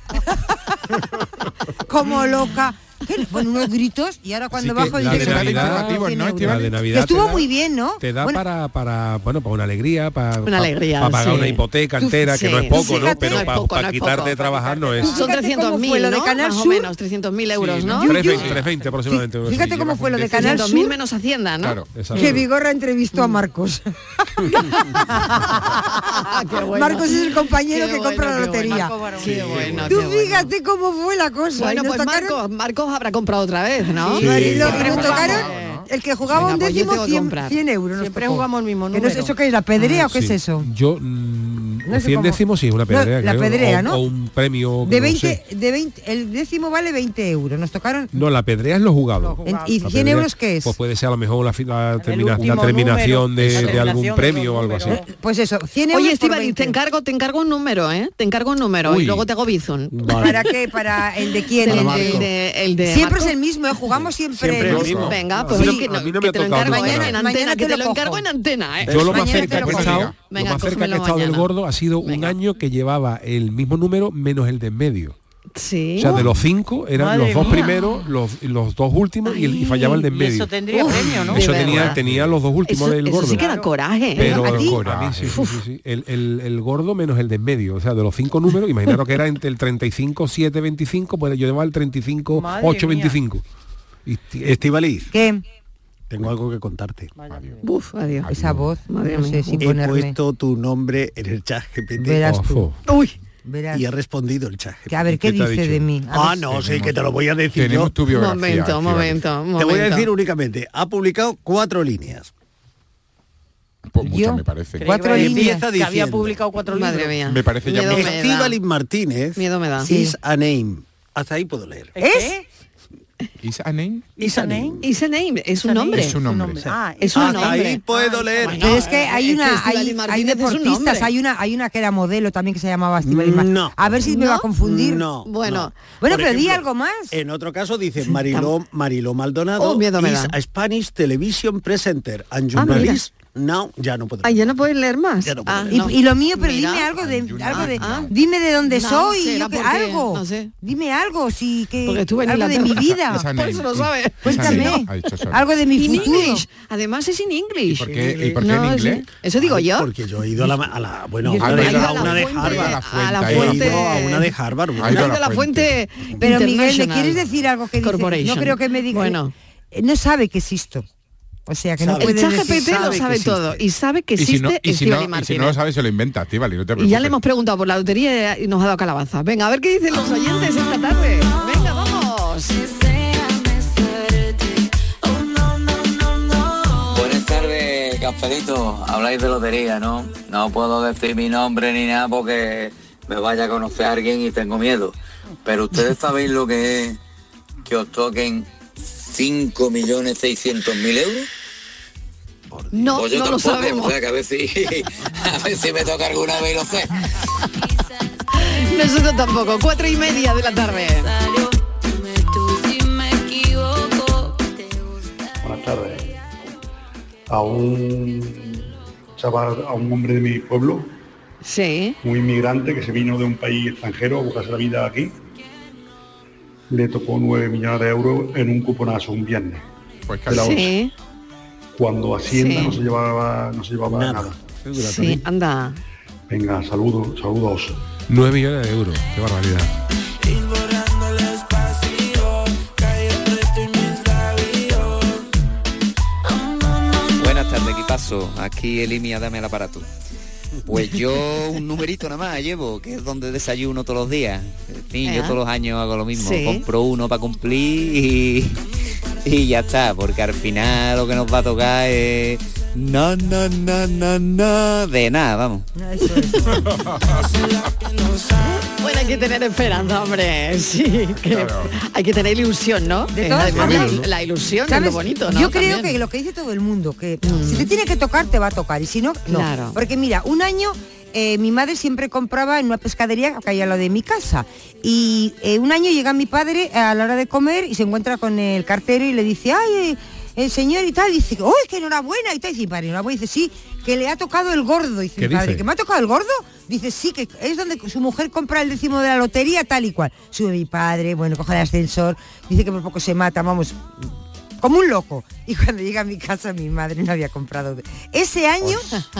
como loca. Que- Bueno, unos gritos y ahora cuando
que
bajo
la
digo,
de
"Se me han
Navidad-
tocado 100
¿no,
euros".
Estivali?
La de Navidad
Que estuvo
te da-
muy bien, ¿no?
Te da
Bueno,
para, para, bueno, para una alegría, para,
Una alegría,
para pagar
sí.
una hipoteca
Tú-
entera,
sí,
que no es poco, ¿no?
fíjate.
Pero
No es
para,
poco,
para
no es
quitarte
poco.
de trabajar no es.
Son
Fíjate cómo
300.000,
fue lo de
¿no?
Canal
Más o
Sur.
menos, 300.000 euros,
Sí,
¿no?
¿no?
320 aproximadamente.
fí- Fíjate cómo fue lo de Canal
300.000
Sur,
menos Hacienda, ¿no? Mm.
Claro.
Exacto.
que Vigorra entrevistó a Marcos. Marcos es el compañero
Qué
que
bueno,
compra la
qué
lotería.
Marco Barone.
Qué bueno,
Tú
qué bueno.
fíjate cómo fue la cosa.
Bueno,
y nos
pues
tocaron-
Marcos, Marcos habrá comprado otra vez, ¿no?
Sí,
y lo- y
claro.
nos tocaron
Vamos,
el que jugaba
Venga,
un
pues yo
décimo
tengo que
100,
comprar.
100 euros. nos
Siempre
tocó.
jugamos el mismo
Que no
número.
sé, ¿Eso qué es? ¿La pedrea o qué es
Sí.
eso?
Yo, mm,
No sé
100
cómo-
décimos sí, una
No,
pedrea.
la
creo,
pedrea,
o,
¿no?
o un premio.
De
no sé.
20, de 20, el décimo vale 20 euros. Nos tocaron...
No, la pedrea es lo jugado.
en- ¿Y
La
100
pedrea,
euros qué es?
Pues puede ser a lo mejor la, fi- la, termina- la
último
terminación
número,
de,
la
de
terminación de
algún
los
premio o algo así.
números.
Pues eso, 100 euros
Oye,
por
Estivali, te
20.
encargo, te encargo un número, ¿eh? Te encargo un número
Uy.
y luego te hago bizun.
Vale.
¿Para qué? ¿Para el de quién?
El,
El
el
de-
de, el de
Siempre
Marcos.
es el mismo, ¿eh? jugamos siempre,
Siempre
el
el
mismo.
mismo.
Venga,
A
pues
mí no-
que,
a mí no
que
me
te lo
ha tocado
nunca.
encargo, ¿eh? en
Mañana-
antena,
mañana
que
te
te
lo
lo encargo
cojo.
en antena, ¿eh?
Yo lo más
Mañana te
cerca
lo
que he
cojo.
estado,
Venga,
lo más cerca que
cógemelo
he estado del
mañana.
gordo ha sido un
Venga.
año que llevaba el mismo número menos el de en medio.
Sí.
O sea, de los cinco eran
Madre
los dos
mía.
primeros, los, los dos últimos y, el- y fallaba el de en
Y
medio.
eso tendría
Uf.
premio, ¿no?
De
Eso
verdad.
tenía, tenía los dos últimos
eso,
del
eso
gordo.
sí que da coraje, ¿eh?
Pero
¿A
el,
ti?
a mí sí, sí, sí, sí. El, el- el gordo menos el de en medio. O sea, de los cinco números, imaginaros que era entre el 35, 7, 25, pues yo llevaba el 35,
Madre
8,
mía.
25. Y ti-
Estivaliz,
¿Qué?
tengo algo que contarte.
Uf, adiós.
Esa voz,
Madre
no sé
mía.
si
He
ponerme.
puesto tu nombre en el chat GPT
Verás
Ojo.
tú.
Uy,
Verás.
y ha respondido el chat GPT.
Que a ver, ¿qué
¿Qué te ha
dice
dicho?
de mí? A
Ah,
ver.
no, sí, que te lo voy a decir yo.
Tenemos tu biografía.
momento,
Estivali.
momento, momento.
Te voy a decir únicamente, ha publicado cuatro líneas.
Pues mucho me parece.
Creí que iba a decir que había publicado cuatro libros.
Madre mía.
Me parece ya mucho.
Estíbaliz Martínez.
Miedo me da.
Is a name. Hasta ahí puedo leer.
¿Es?
¿Is a name?
Is a name.
Is a name. Es un nombre.
Es un nombre.
Ah, es un
Hasta
nombre.
ahí puedo leer.
Pero es que hay
es que
una,
Estíbaliz
hay, hay
Martínez es un
deportistas,
nombre.
hay una, hay una que era modelo también que se llamaba Estíbaliz Mar-
No.
A ver si me va a confundir.
No,
Bueno.
no.
Bueno,
Por
pero di
ejemplo,
algo más.
En otro caso dice Mariló, Mariló Maldonado
Oh, miedo me
is
da.
a Spanish Television Presenter and
Ah, mira.
journalist. no, ya no puedo.
Ay, ya no puedes leer más.
Ya no puedo
Ah,
leer.
Y,
no.
y lo mío, pero
Mira.
dime algo de,
Ayuna.
algo de,
Ah, ah.
dime de dónde
No,
soy,
será
yo que-
porque-
algo,
no sé.
dime algo, si que
Porque estuve en
Ah, algo de mi
Inglaterra.
vida,
Esa
Por
name.
eso lo sabe.
Esa
Cuéntame.
name, ha dicho Sara.
algo de mi
In
futuro.
English. Además es in English.
por qué- y por qué en
No, es-
inglés?
Eso digo yo.
Porque yo he ido a la, a la- bueno,
Yo
a,
he
ver,
ido
a
a la
una de
fuente,
Harvard.
a la
He
fuente-
ido a una de Harvard.
Ha ido a
de la fuente.
Pero Miguel, ¿le
International
quieres decir algo que dice? No
Corporation.
creo que me diga.
Bueno.
Eh, No sabe que existo. O sea, que no
Sabe.
El
puede
chat
decir-
GPT lo
sabe que
sabe
existe.
todo y sabe que
Y si, no,
existe
y, si no,
Estíbaliz
y si no lo
Martínez.
sabes, se lo inventa, Estíbaliz, no te
Y ya le
preocupes.
hemos preguntado por la lotería y nos ha dado calabaza. Venga, a ver qué dicen los oyentes esta tarde. Venga, vamos.
Buenas tardes, Cafelito. Habláis de lotería, ¿no? No puedo decir mi nombre ni nada porque me vaya a conocer a alguien y tengo miedo. Pero ustedes sabéis lo que es que os toquen 5.600.000 euros.
No,
Pues yo
no lo
tampoco,
sabemos.
o sea, que a ver si, a ver si me toca alguna vez y lo sé.
Nosotros tampoco. Cuatro y media de la tarde.
Buenas tardes. A un chaval, a un hombre de mi pueblo,
Sí.
un inmigrante que se vino de un país extranjero a buscarse la vida aquí, le tocó 9 millones de euros en un cuponazo un viernes.
Pues
de la bolsa.
Sí,
Cuando Hacienda
Sí.
no se llevaba, no se llevaba nada.
sí, anda.
Venga, saludos, saludos.
9 millones de euros. Qué barbaridad.
Buenas tardes, equipazo. Aquí Elimia, dame el aparato. Pues yo un numerito nada más llevo, que es donde desayuno todos los días. En fin, yo
Ea.
todos los años hago lo mismo.
Sí.
Compro uno para cumplir y, y ya está, porque al final lo que nos va a tocar es... No, no, no, no, no, de nada, vamos.
Bueno, hay que tener esperanza, hombre. Sí, que hay que tener ilusión, ¿no?
De
Eh,
todas
además,
formas,
la, la ilusión es
¿Sabes?
lo bonito, ¿no?
Yo creo
También.
que lo que dice todo el mundo, que si te tiene que tocar, te va a tocar. Y si no, no.
Claro.
Porque mira, un año eh, mi madre siempre compraba en una pescadería que hay a lo de mi casa. Y eh, un año llega mi padre a la hora de comer y se encuentra con el cartero y le dice, ay, eh, el señor y tal, y dice, ¡oh, que enhorabuena! Y tal, y dice, padre, enhorabuena, y dice, sí, que le ha tocado el gordo. Y dice,
¿Qué
mi padre,
dice?
¿que me ha tocado el gordo? Dice, sí, que es donde su mujer compra el décimo de la lotería, tal y cual. Sube mi padre, bueno, coge el ascensor, dice que por poco se mata, vamos, como un loco. Y cuando llega a mi casa, mi madre no había comprado. Ese año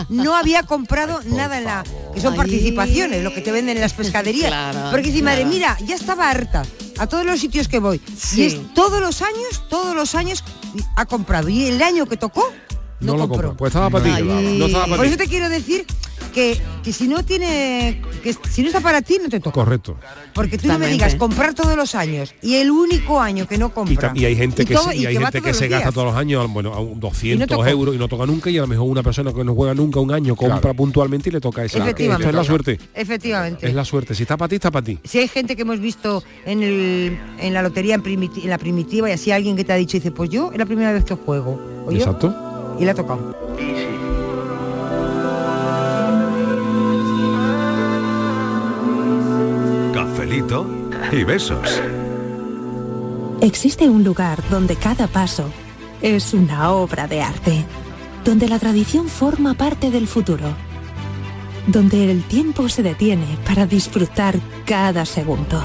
no había comprado nada en la... Que son
Ay.
participaciones, lo que te venden en las pescaderías.
Claro,
Porque dice, madre,
claro.
mira, ya estaba harta a todos los sitios que voy.
Sí.
Y es todos los años, todos los años ha comprado. Y el año que tocó,
No, lo
compró.
compro. Pues estaba para ti.
Ay.
No estaba
Por
para
eso
ti.
te quiero decir que, que si no tiene que si no está para ti no te toca.
Correcto.
Porque tú no me
Exactamente.
digas comprar todos los años y el único año que no
Y,
compra.
tam- y hay gente que,
todo-
se, y
y
hay
va
gente que
todos
se
los
gasta
días.
todos los años, a lo- bueno, a un 200
tocó.
euros y no toca nunca y a lo mejor una persona que no juega nunca un año compra puntualmente y le toca ese.
Efectivamente.
Esto es la suerte.
Efectivamente.
Es la suerte. Si está para ti, está para ti.
Si hay gente que hemos visto en, el- en la lotería en, primiti- en la primitiva y así alguien que te ha dicho dice, pues yo es la primera vez que juego. O yo-
Exacto.
y le ha tocado.
Cafelito y besos.
Existe un lugar donde cada paso es una obra de arte, donde la tradición forma parte del futuro, donde el tiempo se detiene para disfrutar cada segundo.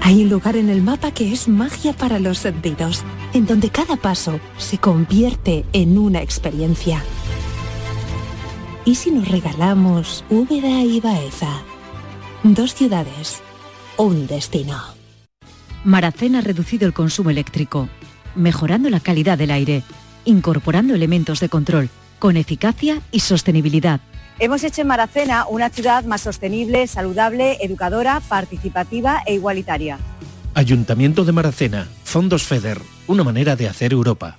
Hay un lugar en el mapa que es magia para los sentidos, en donde cada paso se convierte en una experiencia. ¿Y si nos regalamos Úbeda y Baeza? Dos ciudades, un destino.
Maracén ha reducido el consumo eléctrico, mejorando la calidad del aire, incorporando elementos de control, con eficacia y sostenibilidad.
Hemos hecho en Maracena una ciudad más sostenible, saludable, educadora, participativa e igualitaria.
Ayuntamiento de Maracena, Fondos FEDER, una manera de hacer Europa.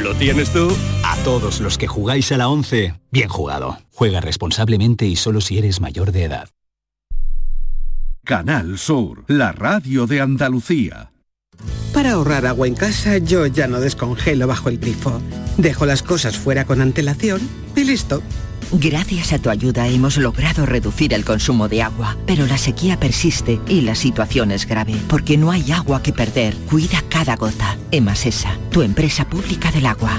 ¿Lo tienes tú?
A todos los que jugáis a la 11, bien jugado. Juega responsablemente y solo si eres mayor de edad.
Canal Sur, la radio de Andalucía.
Para ahorrar agua en casa yo ya no descongelo bajo el grifo. Dejo las cosas fuera con antelación y listo.
Gracias a tu ayuda hemos logrado reducir el consumo de agua, pero la sequía persiste y la situación es grave, porque no hay agua que perder. Cuida cada gota. Emasesa, tu empresa pública del agua.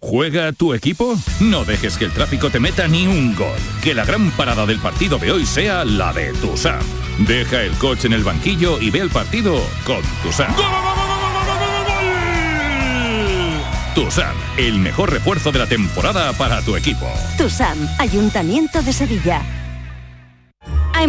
¿Juega tu equipo? No dejes que el tráfico te meta ni un gol. Que la gran parada del partido de hoy sea la de Tusam. Deja el coche en el banquillo y ve el partido con Tusam. Tusam, el mejor refuerzo de la temporada para tu equipo.
TUSAM, Ayuntamiento de Sevilla.
Hay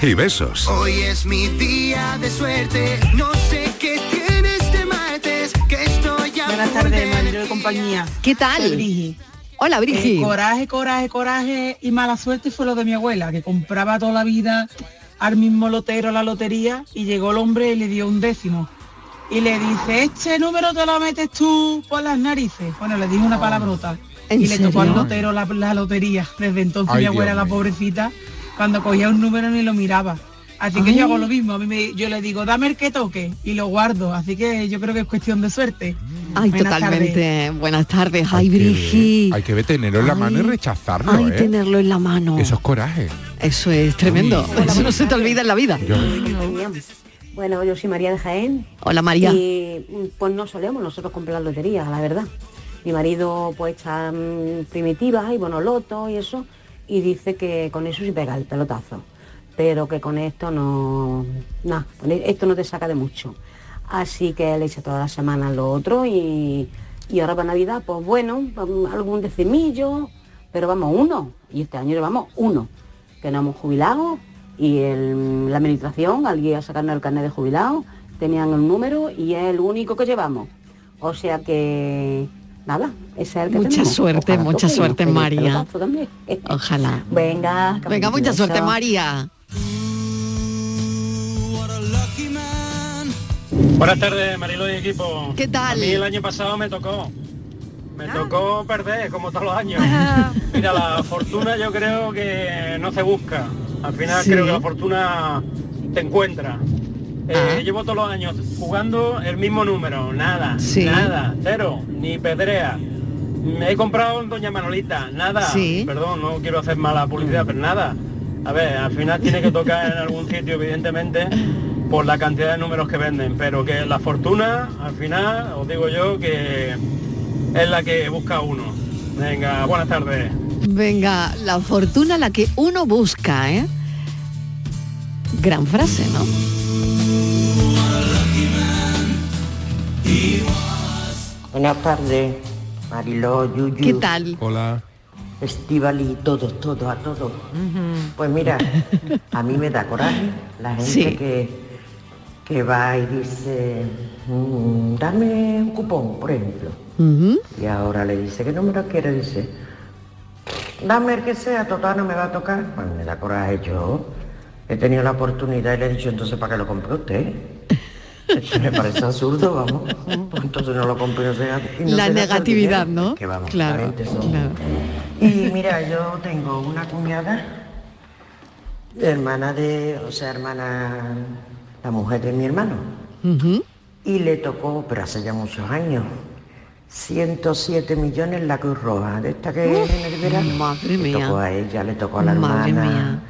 y besos.
Hoy es mi día de suerte. No sé qué tiene este martes. Que estoy a
Buenas tardes, Madrid de compañía.
¿Qué tal?
Soy Brigi.
Hola, Brigi.
Eh, coraje, coraje, coraje y mala suerte fue lo de mi abuela, que compraba toda la vida al mismo lotero la lotería y llegó el hombre y le dio un décimo. Y le dice, este número te lo metes tú por las narices. Bueno, le dijo una palabrota.
Oh. ¿En
Y le tocó al
serio?
lotero la, la lotería. Desde entonces
Ay,
mi abuela,
Dios
la
mío.
pobrecita, cuando cogía un número ni lo miraba. Así que
Ay.
yo hago lo mismo. A mí me- yo le digo, dame el que toque y lo guardo. Así que yo creo que es cuestión de suerte.
Ay,
Buenas
totalmente.
tardes.
Buenas tardes. Ay, Brigi.
Hay que tenerlo en la mano y
Ay.
rechazarlo,
Ay,
¿eh?
tenerlo en la mano.
Eso es coraje.
Eso es tremendo.
Ay.
Eso no se te olvida en la vida.
Bueno, yo soy María de Jaén.
Hola, María.
Y mm, pues no solemos nosotros comprar las loterías, la verdad. Mi marido pues está mm, primitiva y bueno, loto y eso, y dice que con eso sí pega el pelotazo, pero que con esto no, nada, e, esto no te saca de mucho. Así que le echa toda la semana lo otro y, y ahora para Navidad, pues bueno, mm, algún decimillo, pero vamos uno, y este año vamos uno, que nos hemos jubilado y el- la administración, alguien ha sacado el carnet de jubilado, tenían el número y es el único que llevamos. O sea que, nada, ese es el que
Mucha
tenemos.
suerte,
Ojalá
mucha
toque y nos
suerte,
pegue el
María.
pelotazo también. Eh,
Ojalá.
Venga,
Venga, mucha suerte,
cafelito.
María.
Buenas tardes, Marilo y equipo.
¿Qué tal? Ah.
A mí el año pasado me tocó. Me tocó perder, como todos los años. Mira, la fortuna yo creo que no se busca. Al final
Sí.
creo que la fortuna te encuentra. Eh, Llevo todos los años jugando el mismo número, nada,
Sí.
nada, cero, ni pedrea. Me he comprado en Doña Manolita, nada,
Sí.
perdón, no quiero hacer mala publicidad, pero nada. A ver, al final tiene que tocar en algún sitio, evidentemente, por la cantidad de números que venden, pero que la fortuna, al final, os digo yo, que es la que busca uno. Venga, buenas tardes.
Venga, la fortuna la que uno busca, ¿eh? Gran frase, ¿no?
Buenas tardes, Mariló, Yuyu.
¿Qué tal?
Hola. Estival y todos, todos, a todos. Pues mira, a mí me da coraje la gente
Sí.
que, que va y dice, "Mm, dame un cupón, por ejemplo. Y ahora le dice, ¿qué número quiere? Dice, dame el que sea, total no me va a tocar. Pues me da coraje yo. He tenido la oportunidad y le he dicho, entonces, ¿para qué lo compró usted? Esto me parece absurdo, vamos. Pues entonces no lo compré, o sea, y no
la
se gasta el
negatividad,
dinero.
¿no?
Que vamos, la
claro,
gente son-
claro.
y mira, yo tengo una cuñada, hermana de, o sea, hermana, la mujer de mi hermano,
Ujú.
y le tocó, pero hace ya muchos años, 107 millones en la Cruz Roja, de esta que
Uf,
en el verano.
madre
le tocó
mía.
a ella, le tocó a la
Madre
hermana,
mía.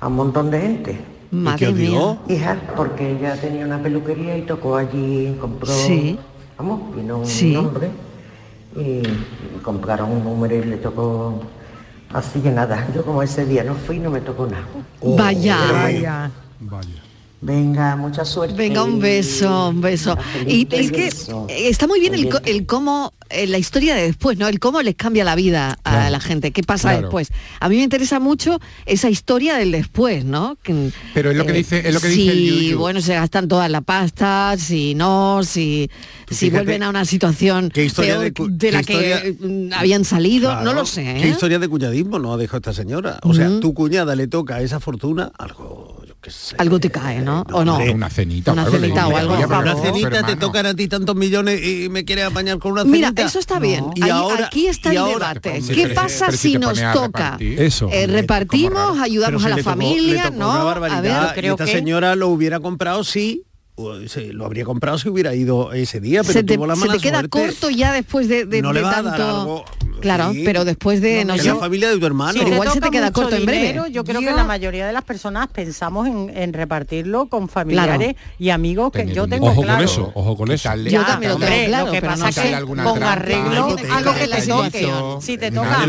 a un montón de gente.
Madre qué os mía. dio?
Hija, porque ella tenía una peluquería y tocó allí, compró,
Sí.
vamos, vino un
Sí.
nombre y compraron un número y le tocó así que nada yo como ese día no fui no me tocó nada
Oh.
Oh,
Vaya.
Pero bueno, venga mucha suerte
Venga, un beso, un beso.
Ah,
Y
Feliz
es que
beso.
eh, está muy bien el, co- el cómo, eh, la historia de después, ¿no? El cómo les cambia la vida a la gente, qué pasa
Claro.
después. A mí me interesa mucho esa historia del después, ¿no? Que,
Pero es lo que
eh,
dice- es lo que
si,
dice el Yuyu.
bueno, se gastan toda la pasta, si no, si, si
fíjate
vuelven a una situación
qué historia
peor
de cu-
de
qué
la
historia-
que mm, habían salido, no lo sé.
¿Qué
¿eh? Mm.
historia de cuñadismo no ha dejado esta señora? O sea, tu cuñada le toca esa fortuna, algo, yo qué sé.
Algo te cae, ¿no? ¿O no?
hombre,
Una cenita.
Una cenita o algo, por
Una
favor.
cenita te
Hermano.
tocan a ti tantos millones y me quieres apañar con una
Mira,
cenita.
eso está bien.
Y
Ahí-
ahora-
aquí está
y
el
ahora-
debate. ¿Qué pasa si, nos toca?
Eso.
Eh, repartimos, ayudamos a la familia, ¿no?
a
a ver,
esta señora lo hubiera comprado si o, se- lo habría comprado si hubiera ido ese día, pero
se te,
tuvo la
se
mala
te queda
suerte.
corto ya después de, de-
No le
de
va a
tanto.
dar algo,
claro,
sí.
pero después de no,
Que
sé.
la familia de tu hermano.
Sí, igual se te queda corto en breve.
yo creo que la mayoría de las personas pensamos en, en repartirlo con familiares y amigos que
Tener
yo
un-
tengo
ojo
claro.
con eso, ojo con eso.
Ya, hombre, lo que pasa
que
que con arreglo a lo que le toque. Si te toca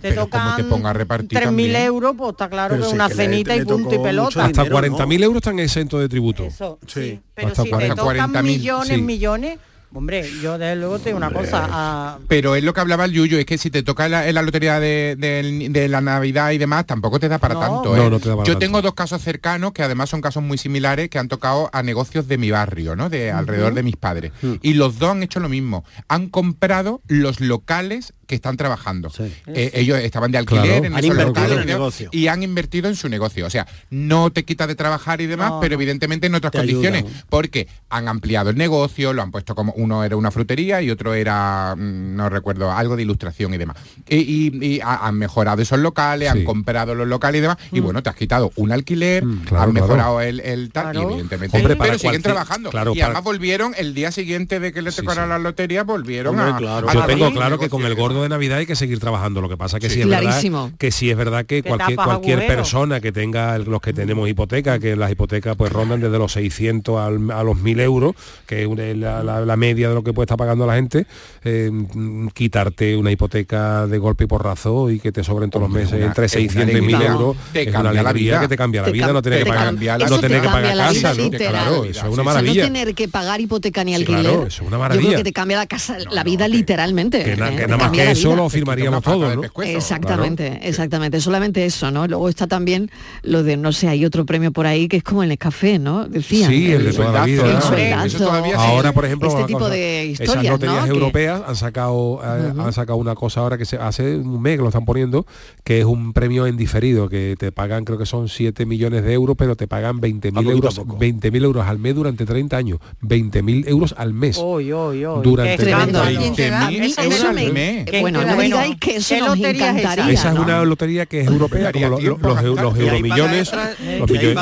te tocan
te ponga a repartir
3.000 euros, pues está claro que una cenita y punto y pelota.
Hasta 40.000 euros están exentos de tributo.
Eso,
sí.
Pero si te tocan millones, millones, hombre, yo desde luego te digo una cosa, a-
Pero es lo que hablaba el Yuyo, es que si te toca la, en la lotería de, de- de la Navidad y demás, tampoco te da para tanto. ¿eh?
No, no te da para
Yo
tanto.
tengo dos casos cercanos, que además son casos muy similares, que han tocado a negocios de mi barrio, ¿no? De alrededor de mis padres.
Mm.
Y los dos han hecho lo mismo. Han comprado los locales que están trabajando. Eh, ellos estaban de alquiler
Claro.
en
Han
esos
invertido
locales,
en el
creo,
negocio.
y han invertido en su negocio. O sea, no te quita de trabajar y demás,
No,
pero
no.
evidentemente en otras
Te
condiciones.
ayudan.
Porque han ampliado el negocio, lo han puesto como uno era una frutería y otro era, mm, no recuerdo, algo de ilustración y demás. Y, y- y ha- han mejorado esos locales, han comprado los locales y demás. Y bueno, te has quitado un alquiler,
Mm. claro,
han
claro.
mejorado el, el tal, y
Claro.
evidentemente.
Hombre, para
pero siguen
cualquier-
trabajando.
claro,
y
para-
además volvieron el día siguiente de que le tocaron la lotería, volvieron
Hombre,
a,
claro.
a
Yo
la
tengo
misma.
claro que con el gordo de Navidad hay que seguir trabajando. Lo que pasa que
Sí.
sí, es verdad
Clarísimo.
que sí es verdad que
Que
cualquier
tapas
cualquier
agujeros.
persona que tenga el- los que tenemos hipoteca, que las hipotecas pues rondan desde los 600 al- a los 1000 euros, que es una- la, la- la media de lo que puede estar pagando la gente, eh, mm, quitarte una hipoteca de golpe y porrazo y que te sobren todos los meses
una-
entre
es una
600 y 1000
alegría.
euros,
Te
es una
cambia la
alegría
vida.
que te cambia la
Te
vida,
cam-
no tener
te
que pagar,
cambia la
no
vida.
tener que
Eso te
pagar
cambia la
casa,
vida,
¿no?
literal.
claro, eso es
O sea,
una maravilla.
no tener que pagar hipoteca ni
Sí,
alquiler.
claro, eso es una
Yo creo
maravilla.
que te cambia la casa, la vida literalmente.
Que, na-
¿eh?
que
Te
nada más
cambia
que
la
eso
vida.
lo firmaríamos todos, ¿no?
Exactamente, exactamente. Solamente eso, ¿no? Luego está también lo de, no sé, hay otro premio por ahí que es como en el café, ¿no? Decían.
Sí, el de toda la vida.
El
¿no?
sueldazo.
Eso todavía sí. Ahora, por ejemplo,
este
una
tipo
cosa,
de
esas
historias,
loterías
¿no? Que-
europeas han sacado eh, han sacado una cosa ahora que se hace un mes que lo están poniendo, que es un premio en diferido, que te pagan, creo que son 7 millones de euros, pero te pagan 20.000
poquito a
euros, 20.000 euros al mes durante 30 años. 20.000 euros al mes. Durante
qué
30
escándalo.
años.
Eso me-
Eso me-
¿Qué
bueno, no me
escándalo?
digáis que eso
¿Qué
nos
lotería es esa?
encantaría.
Esa es
¿no?
una lotería que es europea, como lo- lo- los, eu- los euromillones. Los
Esa es
millones,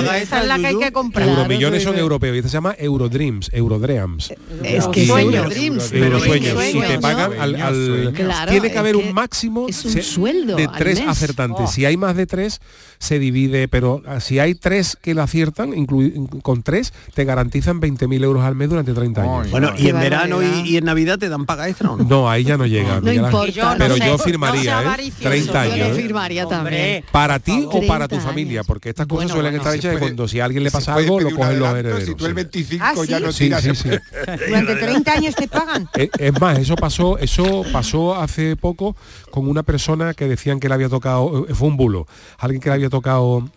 la que hay que comprar.
euromillones son europeos y esta se llama Eurodreams, Eurodreams.
Eh, Es que es Eurodreams.
Eurosueños.
Sueños,
Si te
¿no?
pagan al, al-
Claro,
tiene que
es
haber
que
un máximo
es un
se-
sueldo
de
al
tres
mes.
acertantes.
Oh.
Si hay más de tres, se divide, pero ah, si hay tres que la aciertan, inclu- in- con tres, te garantizan 20.000 euros al mes durante 30 años.
Bueno, y en verano y, y en Navidad te dan paga extra o no?
No, ahí ya no llega.
No
ya la
importa.
Pero
no sé,
yo
no sea
firmaría, ¿eh?
avaricioso.
30
Yo
años.
lo
¿eh?
firmaría también.
¿Para ti o
30
para tu familia? Porque estas cosas
Bueno,
suelen
bueno.
estar
Se
hechas de
puede-
cuando si a alguien le
se
pasa
puede
algo, lo
pedir un
cogen los
adelanto,
herederos.
si tú el 25
¿Ah,
ya
sí?
no
Sí,
tiras
sí, sí.
Durante 30 años te pagan.
Eh, Es más, eso pasó, eso pasó hace poco con una persona que decían que le había tocado, eh, fue un bulo, alguien que le había tocado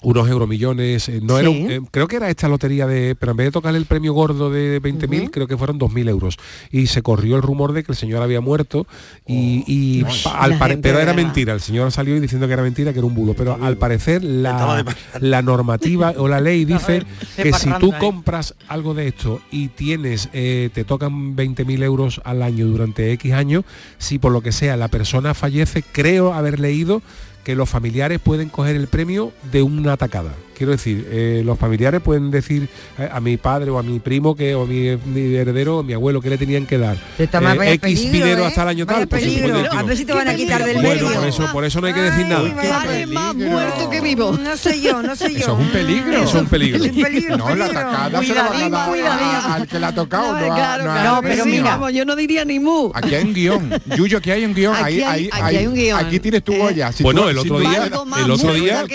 unos euromillones, eh, no
Sí.
era un- eh, creo que era esta lotería de, pero en vez de tocarle el premio gordo de 20.000, creo que fueron 2.000 euros. Y se corrió el rumor de que el señor había muerto y, y pa- al
La
pare-
gente
pero
de
era
verdad.
mentira, el señor salió diciendo que era mentira, que era un bulo, pero al parecer la, la normativa o la ley dice
de
que si tú
parranda, ¿eh?
compras algo de esto y tienes, eh, te tocan 20.000 euros al año durante X años, si por lo que sea la persona fallece, creo haber leído que los familiares pueden coger el premio de una atacada. Quiero decir, eh, los familiares pueden decir eh, a mi padre o a mi primo que o a mi, mi heredero o a mi abuelo que le tenían que dar
más, vaya
X
peligro,
dinero
¿eh?
hasta el año
Vaya
tal. pues por
peligro.
supuesto,
A
digo.
ver si te van a quitar del
Bueno,
medio.
por eso, por eso no hay que decir nada.
Vale, más muerto
que vivo.
No sé yo, no sé yo.
Eso es un peligro.
Es
Eso
un peligro.
No, la atacada se la van a
Cuidadín,
dar
cuidadín.
a- al que la ha tocado. No, a-
Claro,
no a-
claro que
pero
sí,
mira,
vamos, yo no diría ni mu.
Aquí hay un guión. Yuyo, aquí hay un guión.
Aquí
Ahí-
hay-
ahí-
aquí
ahí-
hay un guión. Eh,
Aquí tienes tu olla. Si
Bueno,
tú-
el
si
otro
tú-
día, el otro día,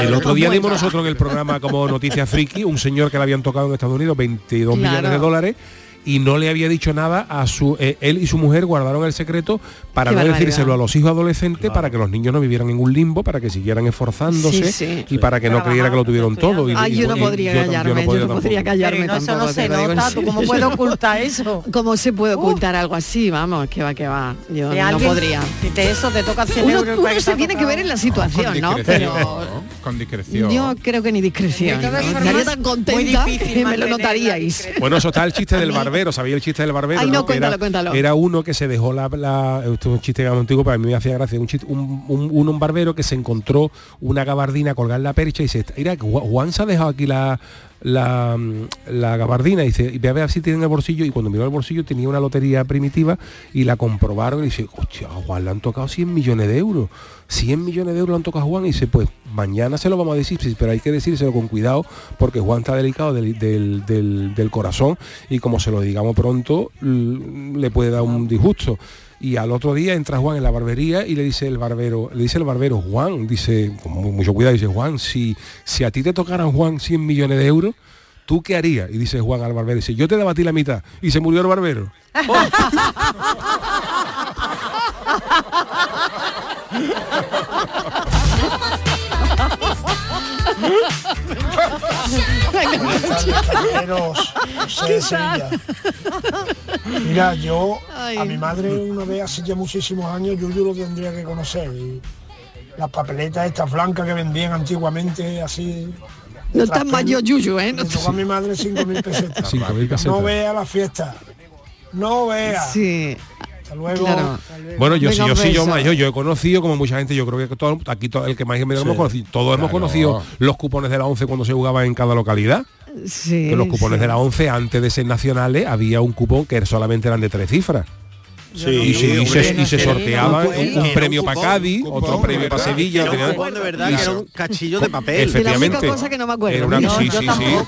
el otro día dimos nosotros en el programa como noticia friki un señor que le habían tocado en Estados Unidos 22 millones de
Claro.
dólares y no le había dicho nada a su eh, él y su mujer guardaron el secreto para
Qué
no
barbaridad.
decírselo a los hijos adolescentes para que los niños no vivieran en un limbo para que siguieran esforzándose
Sí, sí.
y para que no creyera que lo tuvieron todo y,
Ay,
y-
yo no
y-
podría
yo tam- yo
callarme, yo, no
tampoco.
podría callarme
Pero no, eso
tampoco.
no se
te lo digo en
nota, ¿tú
serio.
cómo puedes ocultar
eso? ¿Cómo se puede ocultar algo así? Vamos, que va, que va. Yo
Si
no
alguien-
podría.
si te- eso te toca 100
Uno,
euros el
uno
paquete
se
ha
tiene que
tocado.
ver en la situación, ¿no? Pero
Con discreción.
yo creo que ni discreción.
De todas
¿no?
formas,
Estaría tan
muy
contenta
difícil
que me lo
mantener la
notaríais.
Bueno, eso está el chiste del barbero, ¿sabéis el chiste del barbero?
Ay, no,
Que
cuéntalo,
era,
cuéntalo.
Era uno que se dejó la... la esto es un chiste antiguo, para mí me hacía gracia. Un, chiste- un, un- un- un barbero que se encontró una gabardina colgada en la percha y se... Mira, Ju- Juan se ha dejado aquí la... La, mm, la gabardina y dice y ve a ver si tiene en el bolsillo y cuando miró el bolsillo tenía una lotería primitiva y la comprobaron y dice hostia a Juan le han tocado 100 millones de euros 100 millones de euros le han tocado a Juan y dice pues mañana se lo vamos a decir sí, pero hay que decírselo con cuidado porque Juan está delicado del, del- del- del corazón y como se lo digamos pronto l- le puede dar un disgusto y al otro día entra Juan en la barbería y le dice el barbero, le dice el barbero, Juan, dice, con mu- mucho cuidado, dice, Juan, si, si a ti te tocaran Juan 100 millones de euros, ¿tú qué harías? Y dice Juan al barbero, dice, yo te daba a ti la mitad. Y se murió el barbero. Oh.
Mira, yo
Ay.
a mi madre una vez hace ya muchísimos años, yo, yo lo tendría que conocer. y las papeletas estas blancas que vendían antiguamente, así.
No estás mayor, Yuyu, ¿eh?
Me tocó a mi madre 5.000 pesetas.
5.000 pesetas.
No vea la fiesta. No vea.
Sí.
Hasta luego.
Claro.
Bueno, yo sí,
Venga,
yo
un
sí, yo
beso.
mayor, yo he conocido como mucha gente, yo creo que todo, aquí todo el que más que menos hemos conocido, todos hemos conocido los cupones de la 11 cuando se jugaba en cada localidad.
Sí,
que los cupones
sí.
de la 11 antes de ser nacionales había un cupón que solamente eran de tres cifras.
Sí,
y, se, y se-
hombre.
y se
Era un
sorteaba
cupón,
un, un
era un
premio
cupón,
para Cádiz,
cupón,
otro premio para
¿verdad?
Sevilla.
Era un
tenía-
cupón de verdad,
y
que era
se-
un cachillo de papel.
Efectivamente.
De la única cosa que no me acuerdo.
Era una-
No,
sí,
yo
sí,
tampoco,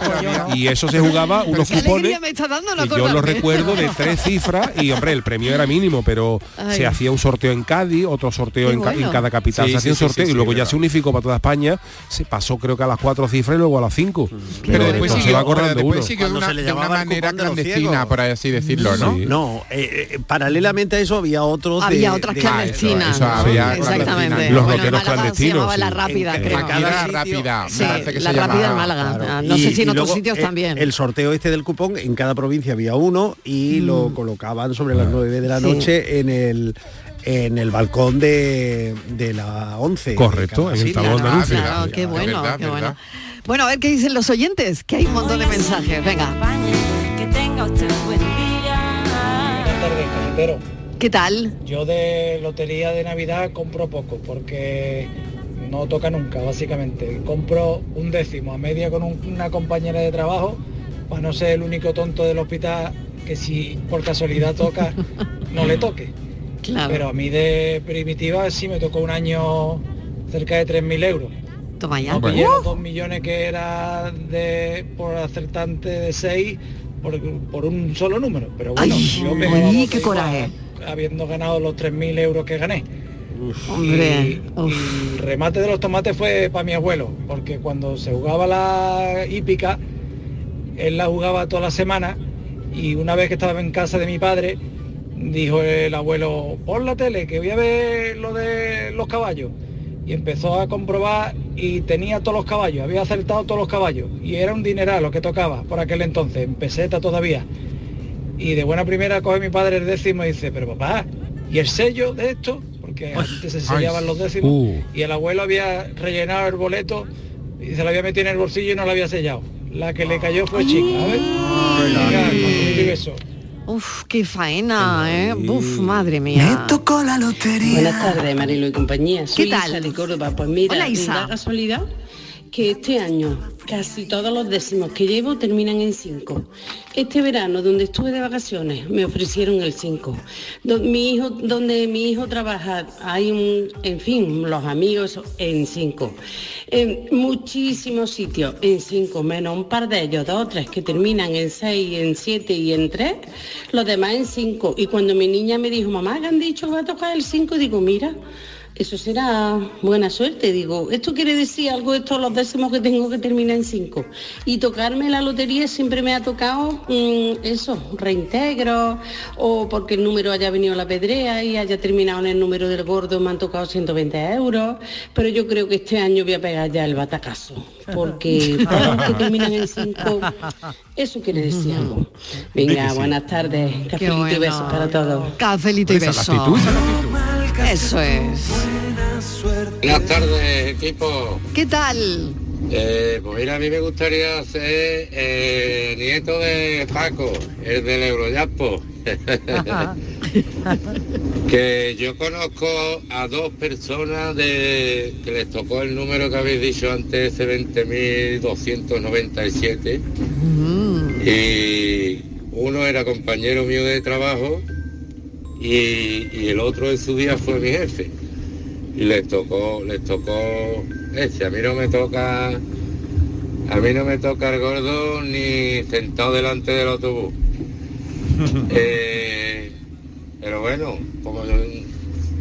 sí. Y eso se jugaba unos
Qué alegría
cupones
me está dando no
que yo lo
acordarme.
recuerdo de tres cifras y hombre el premio era mínimo pero
Ay.
se hacía un sorteo en Cádiz otro sorteo
Qué
en, ca-
bueno.
en cada capital
Sí,
se hacía
sí, sí,
un sorteo
sí,
y
sí,
luego ya
verdad.
se unificó para toda España se pasó creo que a las cuatro cifras y luego a las cinco
Pero después
se
siguió-
va acordando
pero después
uno
siguió de una- de una manera clandestina, por así decirlo,
No,
¿no?
no, eh, eh, paralelamente a eso había otros de-
Había otras
de-
clandestinas, Ah, eso, eso ¿no? había Exactamente. clandestinas.
Los
Bueno, en
loteros
Málaga se
clandestinos.
llamaba La Rápida,
En- en
creo.
cada
Era
sitio-
Rápida, me Sí, parece que La se Rápida llamaba. en Málaga. Ah, no sé si en otros sitios
eh,
también.
El sorteo este del cupón, en cada provincia había uno y lo colocaban sobre las 9 de la
Mm. Sí.
noche en el en el balcón de, de la 11.
Correcto, en el tablón de anuncio.
Ah, Claro, qué bueno, qué bueno. Bueno, a ver qué dicen los oyentes, que hay un montón de mensajes. Venga,
Que tenga usted buen día.
Buenas tardes, carretero.
¿qué tal?
Yo de lotería de Navidad compro poco porque no toca nunca, básicamente. Compro un décimo a media con un- una compañera de trabajo para no ser el único tonto del hospital que si por casualidad toca, no le toque.
Claro.
Pero a mí de primitiva sí me tocó un año cerca de 3.000 euros.
Toma ya.
No pillé los dos millones que era de, por acertante de seis por, por un solo número. Pero bueno, yo me
Ay, qué coraje.
habiendo ganado los 3.000 euros que gané.
Hombre,
Y- y el remate de los tomates fue para mi abuelo, porque cuando se jugaba la hípica, él la jugaba toda la semana y una vez que estaba en casa de mi padre, dijo el abuelo, pon la tele, que voy a ver lo de los caballos. Y empezó a comprobar y tenía todos los caballos, había acertado todos los caballos. Y era un dineral lo que tocaba por aquel entonces, en peseta todavía. Y de buena primera coge mi padre el décimo y dice, pero papá, ¿y el sello de esto? Porque antes se
ay,
sellaban los décimos.
uh.
Y el abuelo había rellenado el boleto y se lo había metido en el bolsillo y no lo había sellado. La que
Ah.
le cayó fue chica, ¿sabes? Venga, con un beso.
Uf, qué faena, ¿eh? Uf, madre mía.
tocó la lotería. Buenas tardes, Marilo y compañía. Soy
¿Qué tal?
Isa de Córdoba. Pues mira,
Hola, Isa.
da casualidad que este año casi todos los décimos que llevo terminan en 5. Este verano, donde estuve de vacaciones, me ofrecieron el 5. Mi hijo, donde mi hijo trabaja, hay un, en fin, los amigos en 5. En muchísimos sitios en 5, menos un par de ellos, dos o tres que terminan en 6, en 7 y en 3, los demás en 5. Y cuando mi niña me dijo, mamá, que han dicho que va a tocar el 5, digo, mira, eso será buena suerte, digo. Esto quiere decir algo de todos los décimos que tengo que terminar en cinco. Y tocarme la lotería siempre me ha tocado mm, eso, reintegro, o porque el número haya venido la pedrea y haya terminado en el número del gordo, me han tocado 120 euros. Pero yo creo que este año voy a pegar ya el batacazo, porque todos los que terminan en cinco, eso quiere decir algo. Venga, buenas tardes, cafelito y
bueno.
besos para todos.
Cafelito y
Esa es la
beso.
actitud, esa es
Eso es.
Buenas tardes, equipo.
¿Qué tal?
Eh, pues mira, a mí me gustaría ser eh, nieto de Paco, el del Euroyaspo. que yo conozco a dos personas de, que les tocó el número que habéis dicho antes, ese 20.297. Mm. Y uno era compañero mío de trabajo y, y el otro en su día fue mi jefe. Y les tocó, les tocó ese. A mí no me toca, a mí no me toca el gordo ni sentado delante del autobús. Eh, pero bueno, como yo-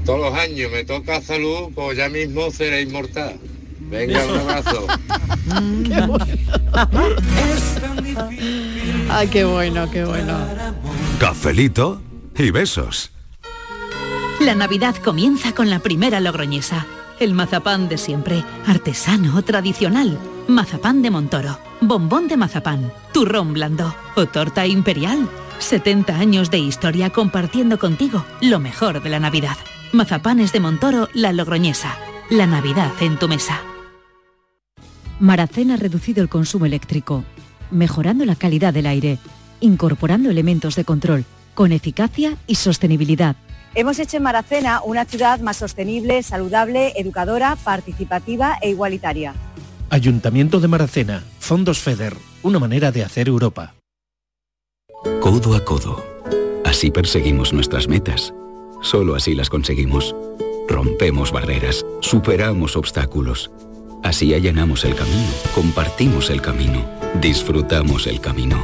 todos los años me toca salud, pues ya mismo seré inmortal. Venga, un abrazo.
Ay, Ah, qué bueno, qué bueno.
Cafelito y besos.
La Navidad comienza con la primera logroñesa, el mazapán de siempre, artesano, tradicional, mazapán de Montoro, bombón de mazapán, turrón blando o torta imperial. 70 años de historia compartiendo contigo lo mejor de la Navidad. Mazapanes de Montoro, la logroñesa, la Navidad en tu mesa.
Maracena ha reducido el consumo eléctrico, mejorando la calidad del aire, incorporando elementos de control, con eficacia y sostenibilidad.
Hemos hecho en Maracena una ciudad más sostenible, saludable, educadora, participativa e igualitaria.
Ayuntamiento de Maracena, Fondos FEDER, una manera de hacer Europa.
Codo a codo. Así perseguimos nuestras metas. Solo así las conseguimos. Rompemos barreras, superamos obstáculos. Así allanamos el camino, compartimos el camino, disfrutamos el camino.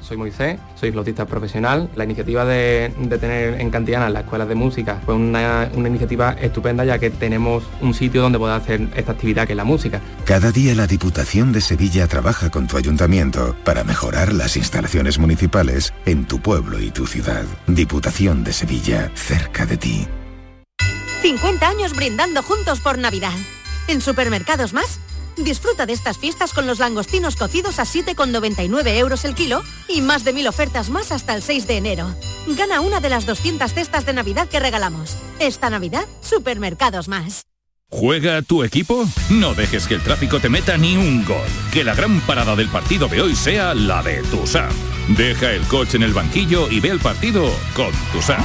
Soy Moisés, soy flautista profesional. La iniciativa de, de tener en Cantiana las escuelas de música fue una, una iniciativa estupenda ya que tenemos un sitio donde poder hacer esta actividad que es la música.
Cada día la Diputación de Sevilla trabaja con tu ayuntamiento para mejorar las instalaciones municipales en tu pueblo y tu ciudad. Diputación de Sevilla, cerca de ti.
50 años brindando juntos por Navidad. En Supermercados Más
Disfruta de estas fiestas con los langostinos cocidos a 7,99 euros el kilo y más de mil ofertas más hasta el 6 de enero. Gana una de las 200 cestas de Navidad que regalamos. Esta Navidad, Supermercados Más.
¿Juega tu equipo? No dejes que el tráfico te meta ni un gol. Que la gran parada del partido de hoy sea la de Tusam. Deja el coche en el banquillo y ve el partido con Tusam.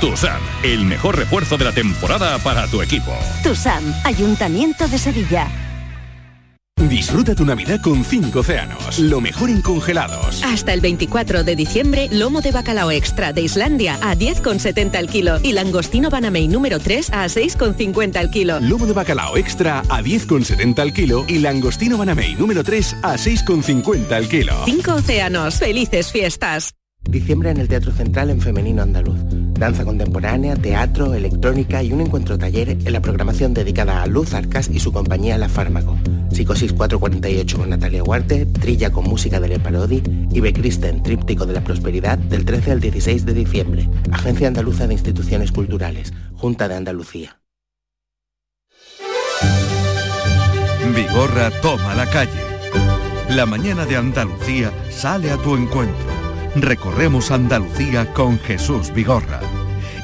Tusam, el mejor refuerzo de la temporada para tu equipo.
TUSAM, Ayuntamiento de Sevilla.
Disfruta tu Navidad con 5 océanos, lo mejor en congelados.
Hasta el 24 de diciembre, lomo de bacalao extra de Islandia a 10,70 el kilo y langostino banamey número 3 a 6,50 el kilo.
Lomo de bacalao extra a 10,70 al kilo y langostino banamey número 3 a 6,50 al kilo.
Cinco océanos, felices fiestas.
Diciembre en el Teatro Central en Femenino Andaluz. Danza contemporánea, teatro, electrónica y un encuentro taller en la programación dedicada a Luz Arcas y su compañía La Fármaco. Psicosis 448 con Natalia Huarte, Trilla con música de Le Parodi y Becristen, Tríptico de la Prosperidad del 13 al 16 de diciembre. Agencia Andaluza de Instituciones Culturales, Junta de Andalucía.
Vigorra toma la calle. La mañana de Andalucía sale a tu encuentro. Recorremos Andalucía con Jesús Vigorra.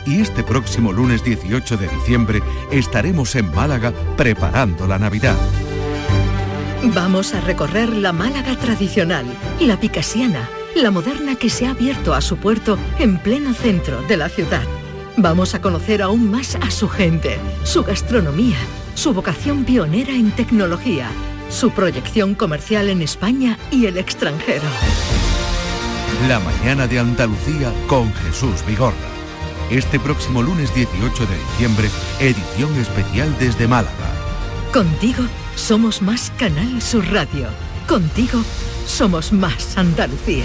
Y este próximo lunes 18 de diciembre estaremos en Málaga preparando la Navidad.
Vamos a recorrer la Málaga tradicional, la picasiana, la moderna que se ha abierto a su puerto en pleno centro de la ciudad. Vamos a conocer aún más a su gente, su gastronomía, su vocación pionera en tecnología, su proyección comercial en España y el extranjero.
La mañana de Andalucía con Jesús Vigorra. Este próximo lunes 18 de diciembre, edición especial desde Málaga.
Contigo somos más Canal Sur Radio. Contigo somos más Andalucía.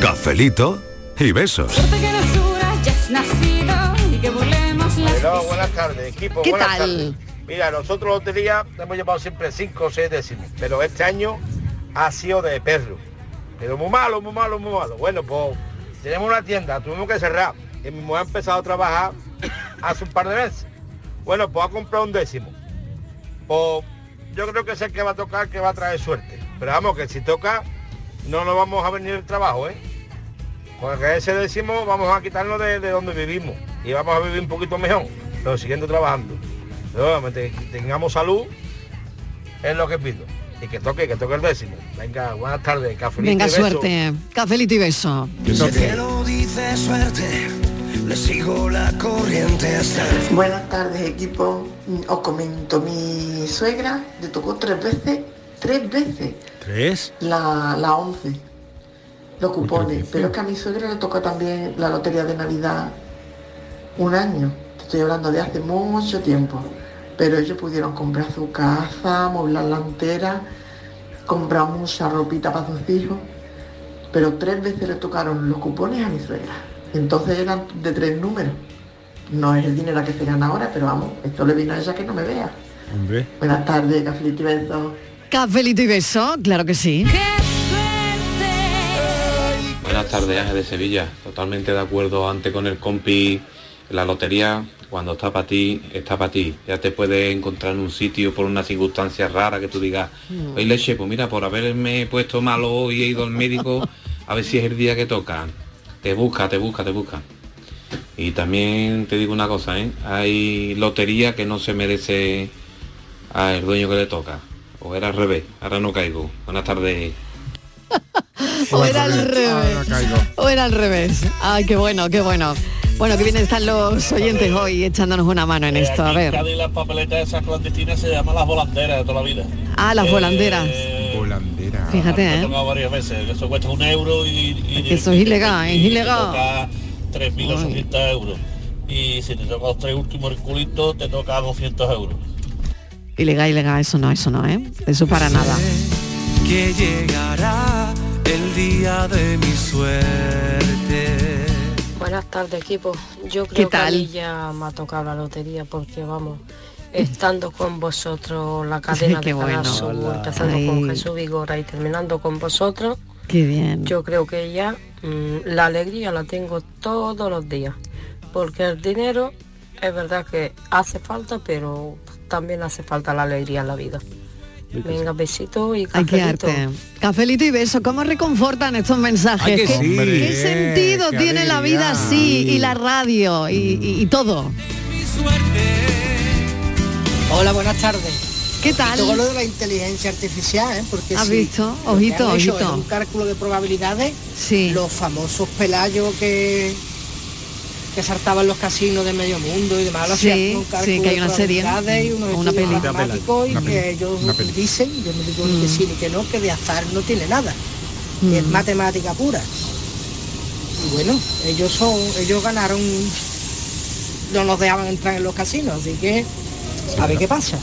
Cafelito y besos.
que la Sura ya has nacido y que volemos las
Hello, buenas tardes, equipo.
¿Qué
buenas
tal?
tardes. Mira, nosotros la lotería la hemos llevado siempre 5 o 6 décimos, pero este año ha sido de perro. Pero muy malo, muy malo, muy malo. Bueno, pues tenemos una tienda, tuvimos que cerrar. Y mi mujer ha empezado a trabajar hace un par de meses. Bueno, pues ha comprado un décimo. Pues yo creo que es el que va a tocar, que va a traer suerte. Pero vamos, que si toca, no nos vamos a venir el trabajo, ¿eh? Porque ese décimo vamos a quitarnos de, de donde vivimos y vamos a vivir un poquito mejor, pero siguiendo trabajando. Nuevamente, que tengamos salud, es lo que pido. Y que toque, que toque el décimo. Venga, buenas tardes, café.
Venga, suerte. Cafelito y beso.
dice suerte, le sigo la corriente hasta el
Buenas tardes equipo, Mm, os comento, mi suegra le tocó tres veces, tres veces
¿Tres?
la, la 11, los cupones, pero es que a mi suegra le tocó también la lotería de Navidad un año, te estoy hablando de hace mucho tiempo, pero ellos pudieron comprar su casa, moblarla entera, comprar mucha ropita para sus hijos, pero tres veces le tocaron los cupones a mi suegra, entonces eran de tres números. No es el dinero que se gana ahora, pero vamos, esto le vino a ella que no me vea.
Hombre.
Buenas tardes, Cafelito y besos.
Cafelito y beso, claro que sí.
Buenas tardes, Ángel de Sevilla. Totalmente de acuerdo antes con el compi. La lotería, cuando está para ti, está para ti. Ya te puedes encontrar en un sitio por una circunstancia rara que tú digas,
Mm.
oye leche, pues mira, por haberme puesto malo hoy he ido al médico a ver si es el día que toca. Te busca, te busca, te busca. Y también te digo una cosa, ¿eh? Hay lotería que no se merece al dueño que le toca. O era al revés, ahora no caigo. Buenas tardes.
O era al revés. O era al revés. Ay, qué bueno, qué bueno. Bueno, que bien están los oyentes hoy echándonos una mano en
Eh,
esto. A
aquí en
ver.
Cádiz las papeletas esas clandestinas se llaman las volanderas de toda la vida.
Ah, las
Eh,
volanderas.
Volandera.
Fíjate,
Me ha
¿eh?
tocado varias veces. Eso cuesta un euro y... y-
que eso es ilegal, es
y te
ilegal.
toca 3.800 euros. Y si te toca los tres últimos el culito, te toca 200 euros.
Ilegal, ilegal, eso no, eso no, ¿eh? Eso para nada.
Que llegará el día de mi suerte.
Buenas tardes, equipo. Yo
¿Qué
creo que a
tal?
mí ya me ha tocado la lotería porque vamos, estando con vosotros la cadena
Qué
de Canal
bueno.
Sur,
Hola.
empezando
Ay.
con Jesús Vigora y terminando con vosotros,
Qué bien.
yo creo que ya mm, la alegría la tengo todos los días. porque el dinero es verdad que hace falta, pero también hace falta la alegría en la vida. Venga, besito y
Hay que
cafelito.
arte. Cafelito y beso. ¿Cómo reconfortan estos mensajes?
Ay, que
¿Qué,
sí.
qué Mm.
Hombre,
sentido
qué
tiene la vida
alegría.
así? Y la radio y, y- y todo.
Hola, buenas tardes.
¿Qué tal?
Todo lo de la inteligencia artificial, ¿eh? Porque
¿Has
sí,
visto?
lo que
Ojito,
han hecho
ojito.
es un cálculo de probabilidades. Los famosos pelayos que que saltaban los casinos de medio mundo y demás. lo
Sí,
hacían con un
sí,
cálculo
que hay
de
una serie,
probabilidades Y
mm,
unos
o una
estudios
peli. Una peli,
matemáticos
una
y
peli,
que ellos
una peli.
dicen, y yo no digo ni
Mm.
que sí ni que no, que de azar no tiene nada. Y es
Mm.
matemática pura. Y bueno, ellos son, ellos ganaron, no nos dejaban entrar en los casinos, así que a ver qué pasa.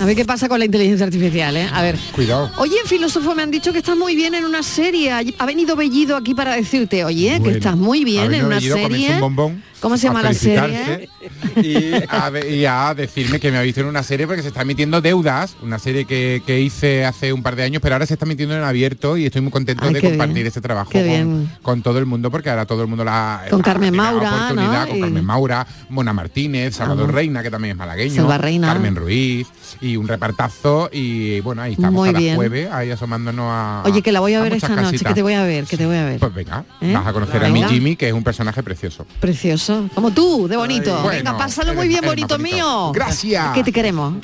A ver qué pasa con la inteligencia artificial, ¿eh? A ver.
Cuidado.
Oye, filósofo, me han dicho que estás muy bien en una serie. Ha venido Bellido aquí para decirte, oye, que estás muy bien en una serie.
un bombón
¿Cómo se
a
llama la serie?
felicitarse Y a, ve- y a decirme que me ha visto en una serie porque se está emitiendo Deudas, una serie que, que hice hace un par de años, pero ahora se está emitiendo en abierto y estoy muy contento
Ay,
de
qué
compartir
bien.
este trabajo
Qué
con,
bien.
con todo el mundo porque ahora todo el mundo la
Con
la-
Carmen
la
Maura, ¿no? Eh,
oportunidad, con
Y-
Carmen Maura, Mona Martínez, Salvador
Vamos.
Reina, que también es malagueño,
Salva Reina.
Carmen Ruiz y un repartazo y bueno, ahí estamos
Muy
a las
bien.
jueves, ahí asomándonos a
Oye, que la voy a ver
muchas
esta noche,
casitas.
que te voy a ver, que te voy a ver.
Pues venga,
¿Eh?
vas a conocer a mi
Venga.
Jimmy, que es un personaje precioso.
Precioso. Como tú, de bonito.
Ay, bueno,
Venga, pásalo
eres
muy bien,
más- eres
bonito
más bonito.
mío.
Gracias.
Que te queremos.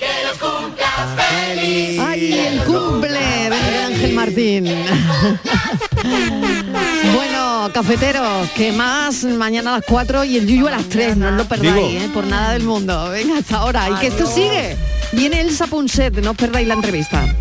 Ay, el cumple de Miguel Ángel Martín. bueno, cafeteros, que más mañana a las 4 y el Yuyu a las 3, no os lo perdáis,
Digo.
eh, por nada del mundo. Venga, hasta ahora. Y que esto sigue. Viene Elsa Punset, no os perdáis la entrevista.